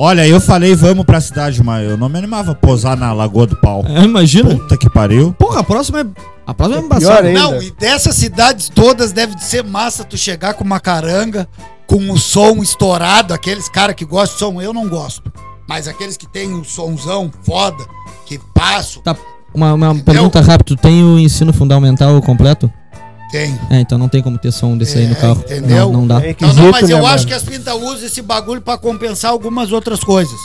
[SPEAKER 4] Olha, eu falei vamos pra cidade, mas eu não me animava a posar na Lagoa do Pau.
[SPEAKER 1] É, imagina.
[SPEAKER 4] Puta que pariu.
[SPEAKER 1] Porra, a próxima é. A próxima é
[SPEAKER 6] Pior
[SPEAKER 1] embaçada.
[SPEAKER 6] ainda.
[SPEAKER 2] Não, e dessas cidades todas deve ser massa tu chegar com uma caranga, com o som estourado, aqueles caras que gostam de som, eu não gosto. Mas aqueles que tem um sonzão foda, que passo,
[SPEAKER 1] Tá, uma, uma pergunta rápida. Tu tem o ensino fundamental completo?
[SPEAKER 2] tem.
[SPEAKER 1] É, então não tem como ter som desse aí no
[SPEAKER 2] É,
[SPEAKER 1] carro.
[SPEAKER 2] entendeu?
[SPEAKER 1] Não, não dá.
[SPEAKER 6] É
[SPEAKER 2] Não,
[SPEAKER 6] requisito,
[SPEAKER 2] não, mas
[SPEAKER 6] né,
[SPEAKER 2] eu
[SPEAKER 6] mano?
[SPEAKER 2] acho que as pintas usam esse bagulho pra compensar algumas outras coisas.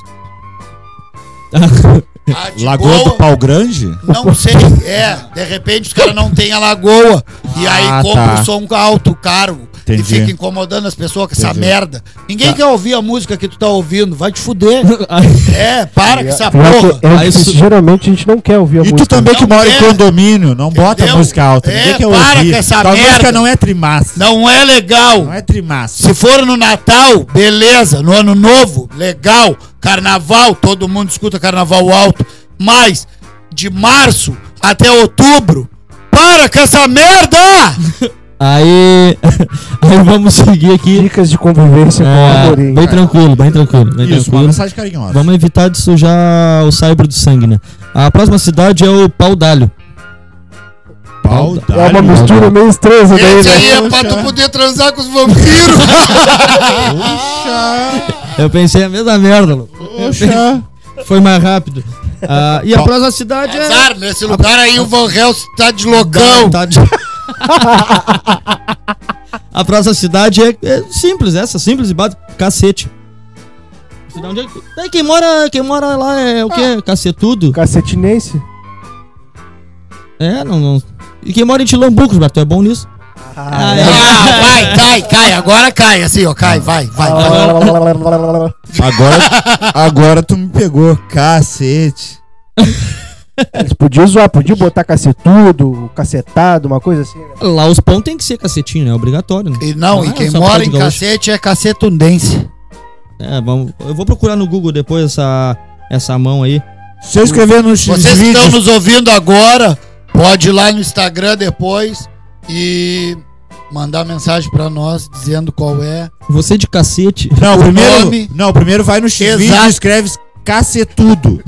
[SPEAKER 2] A de
[SPEAKER 4] Lagoa do
[SPEAKER 2] boa,
[SPEAKER 4] Pau Grande?
[SPEAKER 2] Não sei, é. De repente os caras não têm a lagoa. e aí
[SPEAKER 4] Ah,
[SPEAKER 2] compra
[SPEAKER 4] tá.
[SPEAKER 2] o som alto, caro.
[SPEAKER 4] Entendi.
[SPEAKER 2] E fica incomodando as pessoas com essa
[SPEAKER 4] Entendi. Tá.
[SPEAKER 2] merda. Ninguém quer ouvir a música que tu tá ouvindo. Vai te fuder.
[SPEAKER 1] Aí-
[SPEAKER 2] É, para com essa
[SPEAKER 6] Pior que
[SPEAKER 2] porra.
[SPEAKER 6] é
[SPEAKER 1] Aí
[SPEAKER 6] que
[SPEAKER 1] su-
[SPEAKER 6] geralmente a gente não quer ouvir a
[SPEAKER 4] E tu
[SPEAKER 6] música.
[SPEAKER 4] também que
[SPEAKER 2] Não
[SPEAKER 4] mora em
[SPEAKER 2] quer.
[SPEAKER 4] condomínio, não bota
[SPEAKER 2] Entendeu?
[SPEAKER 4] música alta.
[SPEAKER 2] É,
[SPEAKER 4] Ninguém quer
[SPEAKER 2] para
[SPEAKER 4] ouvir.
[SPEAKER 2] com essa
[SPEAKER 4] Tua
[SPEAKER 2] merda.
[SPEAKER 4] música não é trimassa.
[SPEAKER 2] Não é legal.
[SPEAKER 4] Não é trimassa.
[SPEAKER 2] Se for no Natal, beleza. No Ano Novo, legal. Carnaval, todo mundo escuta carnaval alto. Mas de março até outubro, para com essa merda!
[SPEAKER 1] Aí, aí vamos seguir aqui.
[SPEAKER 6] Dicas de convivência com o
[SPEAKER 1] É,
[SPEAKER 6] Amorim.
[SPEAKER 1] bem tranquilo, bem tranquilo. Bem
[SPEAKER 4] Isso, uma
[SPEAKER 1] tranquilo.
[SPEAKER 4] mensagem carinhosa.
[SPEAKER 1] Vamos evitar de sujar o saibro de sangue, né? A próxima cidade é o Pau d'Alho.
[SPEAKER 4] Pau
[SPEAKER 6] É uma
[SPEAKER 4] d'alho.
[SPEAKER 6] mistura meio estranha essa daí,
[SPEAKER 2] Esse
[SPEAKER 6] né?
[SPEAKER 2] aí é pra tu poder transar com os vampiros.
[SPEAKER 4] Puxa,
[SPEAKER 1] Eu pensei a mesma merda, louco.
[SPEAKER 4] puxa.
[SPEAKER 1] Foi mais rápido. Ah, e a
[SPEAKER 2] Bom,
[SPEAKER 1] próxima cidade é.
[SPEAKER 2] Azar, nesse lugar aí o Van Helsing tá de loucão.
[SPEAKER 1] Tá de- a próxima cidade é, é simples, essa, simples e básica. Cacete. Cidade onde é- Daí quem mora, quem mora lá é o quê? Cacetudo?
[SPEAKER 6] Cacetinense?
[SPEAKER 1] É, não, não. E quem mora em Tilambucos, Beto, é bom nisso? Ah, é.
[SPEAKER 2] Ah, vai, cai, cai. Agora cai, assim, ó. Cai, vai, vai. vai.
[SPEAKER 4] Agora, agora tu me pegou. Cacete.
[SPEAKER 6] Eles podiam zoar, podiam botar cacetudo, cacetado, uma coisa assim. né?
[SPEAKER 1] Lá os pão tem que ser cacetinho, né? É Obrigatório, né?
[SPEAKER 2] E não,
[SPEAKER 1] Ah,
[SPEAKER 2] e quem
[SPEAKER 1] só
[SPEAKER 2] mora
[SPEAKER 1] pode
[SPEAKER 2] em
[SPEAKER 1] gaúcho.
[SPEAKER 2] cacete é cacetundense.
[SPEAKER 1] É, vamos. Eu vou procurar no Google depois essa, essa mão aí.
[SPEAKER 4] Se eu escrever no X
[SPEAKER 2] Vocês que estão nos ouvindo agora, pode ir lá no Instagram depois e mandar mensagem pra nós dizendo qual é.
[SPEAKER 1] Você de cacete.
[SPEAKER 4] Não,
[SPEAKER 2] o
[SPEAKER 4] primeiro,
[SPEAKER 2] nome-
[SPEAKER 4] não, primeiro vai no X
[SPEAKER 2] Exato.
[SPEAKER 4] e escreve cacetudo.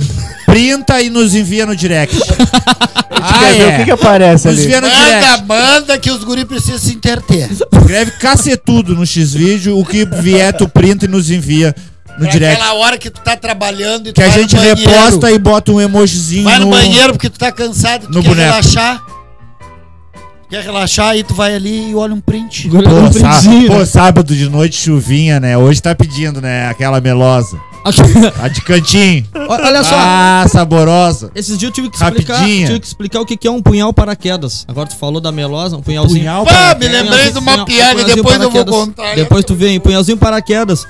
[SPEAKER 4] Printa e nos envia no direct. ah,
[SPEAKER 6] Quer ver o que, que
[SPEAKER 4] é.
[SPEAKER 6] aparece
[SPEAKER 4] Nos
[SPEAKER 6] ali?
[SPEAKER 4] envia no
[SPEAKER 2] Manda,
[SPEAKER 4] direct.
[SPEAKER 2] manda que os guri precisam se interter.
[SPEAKER 4] Escreve cacetudo no X vídeo, o que vier tu printa e nos envia no
[SPEAKER 2] Pra
[SPEAKER 4] direct.
[SPEAKER 2] aquela hora que tu tá trabalhando e tu
[SPEAKER 4] Que a
[SPEAKER 2] vai no
[SPEAKER 4] gente
[SPEAKER 2] banheiro.
[SPEAKER 4] reposta e bota um emojizinho
[SPEAKER 2] Vai no
[SPEAKER 4] no-
[SPEAKER 2] banheiro porque tu tá cansado, tu
[SPEAKER 4] no
[SPEAKER 2] quer
[SPEAKER 4] boneco.
[SPEAKER 2] relaxar. Quer relaxar, aí tu vai ali e olha um print.
[SPEAKER 1] Agora eu
[SPEAKER 4] Pô,
[SPEAKER 1] não
[SPEAKER 4] sá-
[SPEAKER 1] aprendi, né?
[SPEAKER 4] pô, sábado de noite, chuvinha, né? Hoje tá pedindo, né? Aquela melosa. A de cantinho.
[SPEAKER 1] Olha só.
[SPEAKER 4] Ah, saborosa.
[SPEAKER 1] Esses dias eu tive que explicar,
[SPEAKER 4] Rapidinha.
[SPEAKER 1] tive que explicar o que que é um punhal paraquedas. Agora tu falou da melosa, um punhalzinho.
[SPEAKER 4] Punhal
[SPEAKER 2] Pá,
[SPEAKER 4] pra-
[SPEAKER 1] É,
[SPEAKER 2] me lembrei de uma
[SPEAKER 1] Punhal-
[SPEAKER 2] piada,
[SPEAKER 1] um punhalzinho
[SPEAKER 2] depois eu vou
[SPEAKER 1] paraquedas.
[SPEAKER 2] contar.
[SPEAKER 1] Depois tu vem, punhalzinho paraquedas.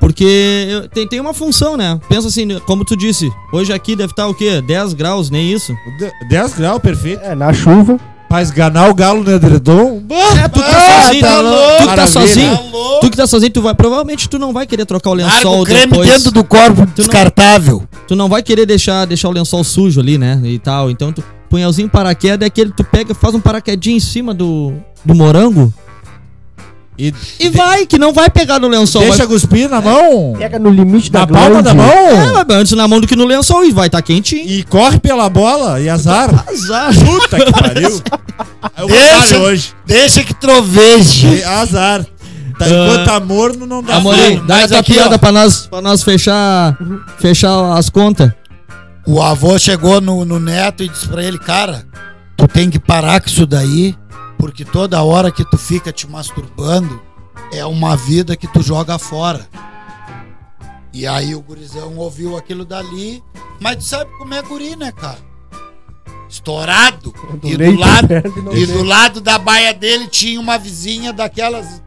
[SPEAKER 1] Porque eu- tem, tem uma função, né? Pensa assim, como tu disse, hoje aqui deve estar o quê? 10 graus, nem isso.
[SPEAKER 4] De- 10 graus, perfeito.
[SPEAKER 6] É, na chuva.
[SPEAKER 4] Pra esganar o galo no edredom.
[SPEAKER 1] É, tu que tá
[SPEAKER 2] Ah,
[SPEAKER 1] sozinho,
[SPEAKER 2] tá
[SPEAKER 1] tu-
[SPEAKER 2] louco.
[SPEAKER 1] tu que tá
[SPEAKER 4] Maravilha.
[SPEAKER 1] sozinho,
[SPEAKER 2] Alô?
[SPEAKER 1] tu que tá sozinho, tu vai, provavelmente tu não vai querer trocar o
[SPEAKER 2] Larga
[SPEAKER 1] lençol
[SPEAKER 2] o creme
[SPEAKER 1] depois.
[SPEAKER 2] dentro do corpo descartável.
[SPEAKER 1] Tu não vai querer deixar, deixar o lençol sujo ali, né? E tal. Então, tu, punhalzinho paraquedas é aquele que tu pega, faz um paraquedinho em cima do, do morango
[SPEAKER 4] E
[SPEAKER 1] e vai, que não vai pegar no lençol.
[SPEAKER 4] deixa
[SPEAKER 1] vai-
[SPEAKER 4] cuspir na mão.
[SPEAKER 6] Pega no limite da
[SPEAKER 4] Na palma
[SPEAKER 6] glande.
[SPEAKER 4] da
[SPEAKER 1] É,
[SPEAKER 4] mão.
[SPEAKER 1] mas antes na mão do que no lençol e vai estar tá quentinho.
[SPEAKER 4] E corre pela bola e azar.
[SPEAKER 1] Azar.
[SPEAKER 4] Puta que pariu. É o
[SPEAKER 2] Deixa-
[SPEAKER 4] contrário hoje.
[SPEAKER 2] Deixa que troveje.
[SPEAKER 4] É Azar. Tá, enquanto tá morno, não dá
[SPEAKER 1] Amorim,
[SPEAKER 4] azar.
[SPEAKER 1] dá
[SPEAKER 2] mas
[SPEAKER 1] essa
[SPEAKER 2] aqui,
[SPEAKER 1] piada
[SPEAKER 2] ó.
[SPEAKER 1] pra nós, pra nós fechar, fechar as contas.
[SPEAKER 2] O avô chegou no, no neto e disse pra ele, cara, tu tem que parar com isso daí, porque toda hora que tu fica te masturbando, é uma vida que tu joga fora. E aí o gurizão ouviu aquilo dali, mas tu sabe como é guri, né, cara? Estourado.
[SPEAKER 6] Do
[SPEAKER 2] e do
[SPEAKER 6] leite
[SPEAKER 2] lado,
[SPEAKER 6] verde não
[SPEAKER 2] e
[SPEAKER 6] tem.
[SPEAKER 2] do lado da baia dele tinha uma vizinha daquelas...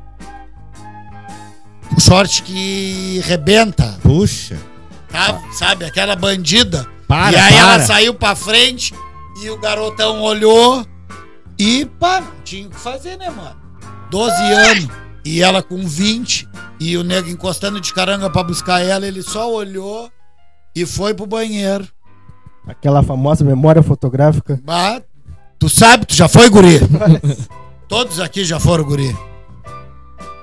[SPEAKER 2] O short que rebenta,
[SPEAKER 4] Puxa.
[SPEAKER 2] tá? sabe? Aquela bandida
[SPEAKER 4] Para,
[SPEAKER 2] e aí
[SPEAKER 4] para.
[SPEAKER 2] ela saiu pra frente e o garotão olhou e pá, tinha o que fazer, né, mano? 12 anos e ela com 20 e o nego encostando de caranga pra buscar ela, ele só olhou e foi pro banheiro.
[SPEAKER 6] Aquela famosa memória fotográfica.
[SPEAKER 2] Bah, tu sabe, tu já foi guri. Todos aqui já foram guri.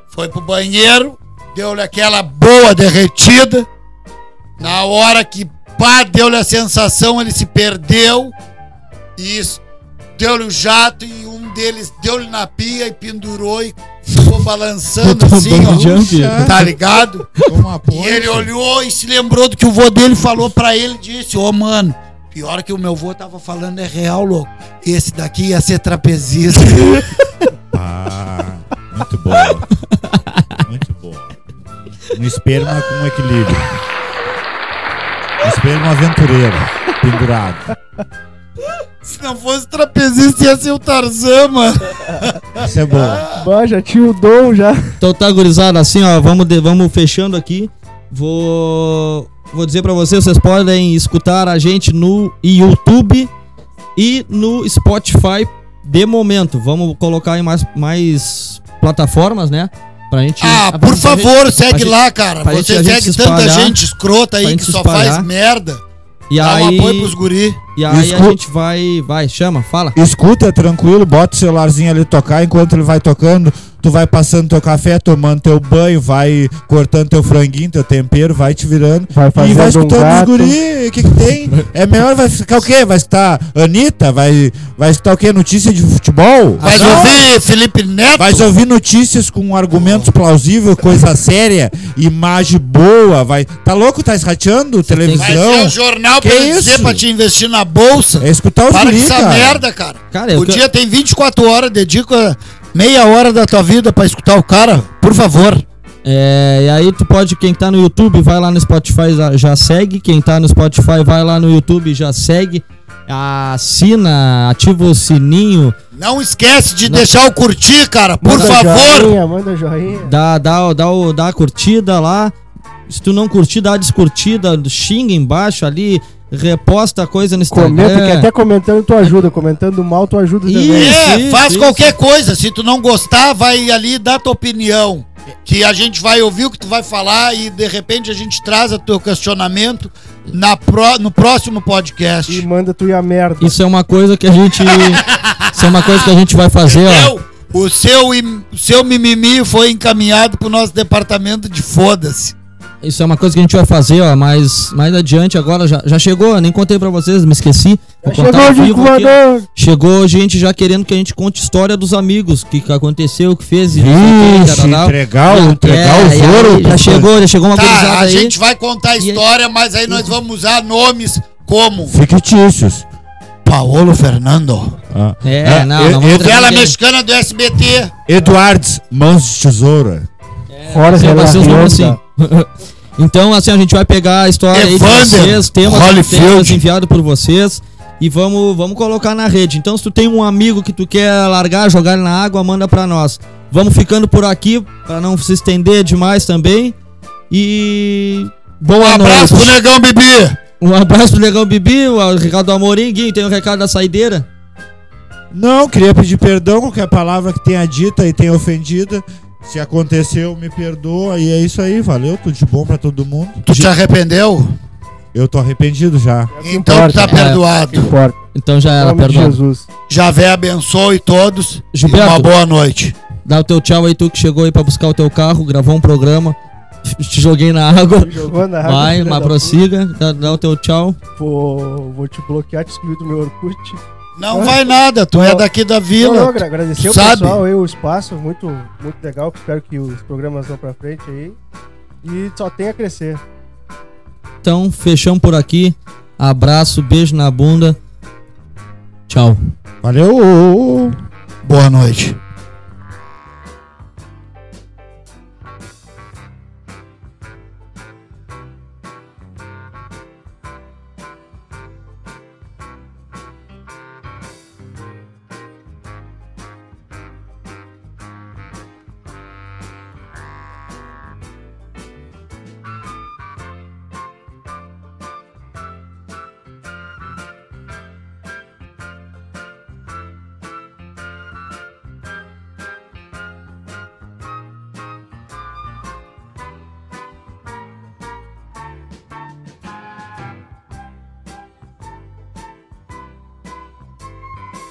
[SPEAKER 2] Foi pro banheiro, deu-lhe aquela boa derretida. Na hora que pá, deu-lhe a sensação, ele se perdeu. E isso, deu-lhe o jato e um deles deu-lhe na pia e pendurou e ficou balançando
[SPEAKER 1] Botou um
[SPEAKER 2] assim,
[SPEAKER 1] bungee
[SPEAKER 2] ó.
[SPEAKER 1] jump.
[SPEAKER 2] Tá ligado?
[SPEAKER 4] Uma
[SPEAKER 2] E ele olhou e se lembrou do que o vô dele falou pra ele e disse: Ô, mano, pior que o meu vô tava falando é real, louco. Esse daqui ia ser trapezista.
[SPEAKER 4] Ah, muito boa. Muito boa. Um esperma com equilíbrio. Um esperma aventureiro, pendurado.
[SPEAKER 2] se não fosse trapezista, ia ser o Tarzan, mano.
[SPEAKER 4] Isso é bom.
[SPEAKER 6] Bah, já tinha o dom já.
[SPEAKER 1] Então tá, gurizada, assim, ó, vamos, de- vamos fechando aqui. Vou, vou dizer pra vocês, vocês podem escutar a gente no YouTube e no Spotify de momento. Vamos colocar em mais, mais plataformas, né? Pra gente...
[SPEAKER 2] Ah,
[SPEAKER 1] pra
[SPEAKER 2] por
[SPEAKER 1] gente-
[SPEAKER 2] favor, segue
[SPEAKER 1] gente-
[SPEAKER 2] lá, cara.
[SPEAKER 1] pra gente-
[SPEAKER 2] Você
[SPEAKER 1] a gente
[SPEAKER 2] segue
[SPEAKER 1] se
[SPEAKER 2] tanta
[SPEAKER 1] espalhar,
[SPEAKER 2] gente escrota
[SPEAKER 1] pra
[SPEAKER 2] aí
[SPEAKER 1] gente
[SPEAKER 2] que
[SPEAKER 1] se
[SPEAKER 2] só
[SPEAKER 1] espalhar.
[SPEAKER 2] faz merda.
[SPEAKER 1] E
[SPEAKER 2] Dá um
[SPEAKER 1] aí,
[SPEAKER 2] apoio pros guri.
[SPEAKER 1] e aí a
[SPEAKER 4] Escu-
[SPEAKER 1] gente vai... Vai, chama, fala.
[SPEAKER 4] Escuta, tranquilo, bota o celularzinho ali tocar. Enquanto ele vai tocando, tu vai passando teu café, tomando teu banho, vai cortando teu franguinho, teu tempero, vai te virando.
[SPEAKER 6] Vai
[SPEAKER 4] e vai
[SPEAKER 6] fazendo um
[SPEAKER 4] escutando os
[SPEAKER 6] gato.
[SPEAKER 4] guri, o que, que tem? É melhor vai ficar o quê? Vai escutar Anitta? Vai, vai escutar o quê? Notícia de futebol?
[SPEAKER 2] Vai
[SPEAKER 4] Não.
[SPEAKER 2] ouvir Felipe Neto.
[SPEAKER 4] Vai ouvir notícias com argumentos plausíveis, coisa séria, imagem boa, vai. Tá louco? Tá esrateando?
[SPEAKER 2] Vai ser
[SPEAKER 4] Televisão?
[SPEAKER 2] o jornal
[SPEAKER 4] Que
[SPEAKER 2] pra ele dizer
[SPEAKER 4] isso?
[SPEAKER 2] pra te investir na bolsa.
[SPEAKER 4] É escutar os
[SPEAKER 2] Para com
[SPEAKER 4] guri,
[SPEAKER 2] essa
[SPEAKER 4] cara.
[SPEAKER 2] merda, cara.
[SPEAKER 1] Cara,
[SPEAKER 6] É,
[SPEAKER 1] eu...
[SPEAKER 2] O dia tem 24 horas, dedica meia hora da tua vida pra escutar o cara, por favor.
[SPEAKER 1] É, e aí tu pode, quem tá no YouTube, vai lá no Spotify, já- já segue. Quem tá no Spotify, vai lá no YouTube, já segue. Assina, ativa o sininho,
[SPEAKER 2] Não esquece de deixar o curtir, cara, por
[SPEAKER 6] Manda
[SPEAKER 2] favor.
[SPEAKER 6] Joinha, manda joinha.
[SPEAKER 1] dá, dá, dá, o- dá a curtida lá. Se tu não curtir, dá a descurtida, xinga embaixo ali, reposta a coisa no Instagram.
[SPEAKER 6] Comenta, que é até comentando tu ajuda. Comentando mal, tu ajuda
[SPEAKER 1] Ih,
[SPEAKER 6] também.
[SPEAKER 2] É,
[SPEAKER 1] isso,
[SPEAKER 2] faz
[SPEAKER 1] isso.
[SPEAKER 2] qualquer coisa. Se tu não gostar, vai ali e dá tua opinião. Que a gente vai ouvir o que tu vai falar e de repente a gente traz o teu questionamento na pró- no próximo podcast.
[SPEAKER 6] E manda tu ir a merda.
[SPEAKER 1] Isso é uma coisa que a gente. isso é uma coisa que a gente vai fazer, ó.
[SPEAKER 2] Entendeu? É O seu, im- o seu mimimi foi encaminhado pro nosso departamento de foda-se.
[SPEAKER 1] Isso é uma coisa que a gente vai fazer, ó. Mas mais adiante agora já, já chegou, nem contei pra vocês, me esqueci. Vou contar
[SPEAKER 6] Chegou
[SPEAKER 1] ao
[SPEAKER 6] o
[SPEAKER 1] vivo aqui, ó.
[SPEAKER 6] voador.
[SPEAKER 1] Chegou gente já querendo que a gente conte história dos amigos, o que, que aconteceu, o que fez. e não sei o que,
[SPEAKER 4] Ixi,
[SPEAKER 1] tarará.
[SPEAKER 4] entregar, o- entregar
[SPEAKER 1] É,
[SPEAKER 4] o
[SPEAKER 1] e aí
[SPEAKER 4] foro.
[SPEAKER 1] Já chegou, já chegou uma
[SPEAKER 2] Tá,
[SPEAKER 1] gurizada
[SPEAKER 2] a
[SPEAKER 1] aí.
[SPEAKER 2] gente vai contar a história, mas aí nós vamos usar nomes como
[SPEAKER 4] Fictícios.
[SPEAKER 2] Paolo Fernando,
[SPEAKER 4] Ah.
[SPEAKER 1] É,
[SPEAKER 4] Ah,
[SPEAKER 1] não,
[SPEAKER 4] e-
[SPEAKER 1] não vamos
[SPEAKER 4] e-
[SPEAKER 1] trazer
[SPEAKER 2] vela
[SPEAKER 1] ninguém.
[SPEAKER 2] mexicana do SBT.
[SPEAKER 4] Eduardes, mãos de tesoura.
[SPEAKER 6] Fora
[SPEAKER 1] Vai ser- vai ser os nomes
[SPEAKER 6] Relarianda.
[SPEAKER 1] assim. Então, assim, a gente vai pegar a história aí de
[SPEAKER 2] Evander
[SPEAKER 1] vocês, temas,
[SPEAKER 2] Holyfield.
[SPEAKER 1] temas enviados por vocês. E vamos, vamos colocar na rede. Então, se tu tem um amigo que tu quer largar, jogar ele na água, manda pra nós. Vamos ficando por aqui, pra não se estender demais também. E.
[SPEAKER 2] Um
[SPEAKER 1] Boa
[SPEAKER 2] abraço pro
[SPEAKER 1] noite.
[SPEAKER 2] Negão Bibi.
[SPEAKER 1] Um abraço pro Negão Bibi, o Ricardo Amorim, Gui, tem o recado da saideira.
[SPEAKER 4] Não, queria pedir perdão qualquer palavra que tenha dita e tenha ofendida. Se aconteceu, me perdoa. E é isso aí, valeu. Tudo de bom pra todo mundo.
[SPEAKER 2] Tu te arrependeu?
[SPEAKER 4] Eu tô arrependido já.
[SPEAKER 2] Então tu tá
[SPEAKER 1] importa.
[SPEAKER 2] perdoado.
[SPEAKER 6] Importa.
[SPEAKER 1] Então já
[SPEAKER 6] Em
[SPEAKER 1] era,
[SPEAKER 6] nome de
[SPEAKER 1] perdão.
[SPEAKER 6] Jesus.
[SPEAKER 2] Javé abençoe todos. e
[SPEAKER 1] Gilberto.
[SPEAKER 2] uma boa noite.
[SPEAKER 1] Dá o teu tchau aí, tu que chegou aí pra buscar o teu carro, gravou um programa, te joguei na água.
[SPEAKER 6] Jogou na água,
[SPEAKER 1] Vai,
[SPEAKER 6] filha
[SPEAKER 1] mas
[SPEAKER 6] da
[SPEAKER 1] prossiga, dá, dá o teu tchau.
[SPEAKER 6] puta. Vou, vou te bloquear, te excluir do meu Orkut.
[SPEAKER 2] Não vai nada, tu é daqui da
[SPEAKER 6] Não, não,
[SPEAKER 2] vila.
[SPEAKER 6] agra- agradecer
[SPEAKER 2] sabe?
[SPEAKER 6] o pessoal aí, o espaço, muito, muito legal. Espero que os programas vão pra frente aí. E só tem a crescer.
[SPEAKER 1] Então, fechamos por aqui. Abraço, beijo na bunda. Tchau.
[SPEAKER 4] Valeu!
[SPEAKER 2] Boa noite.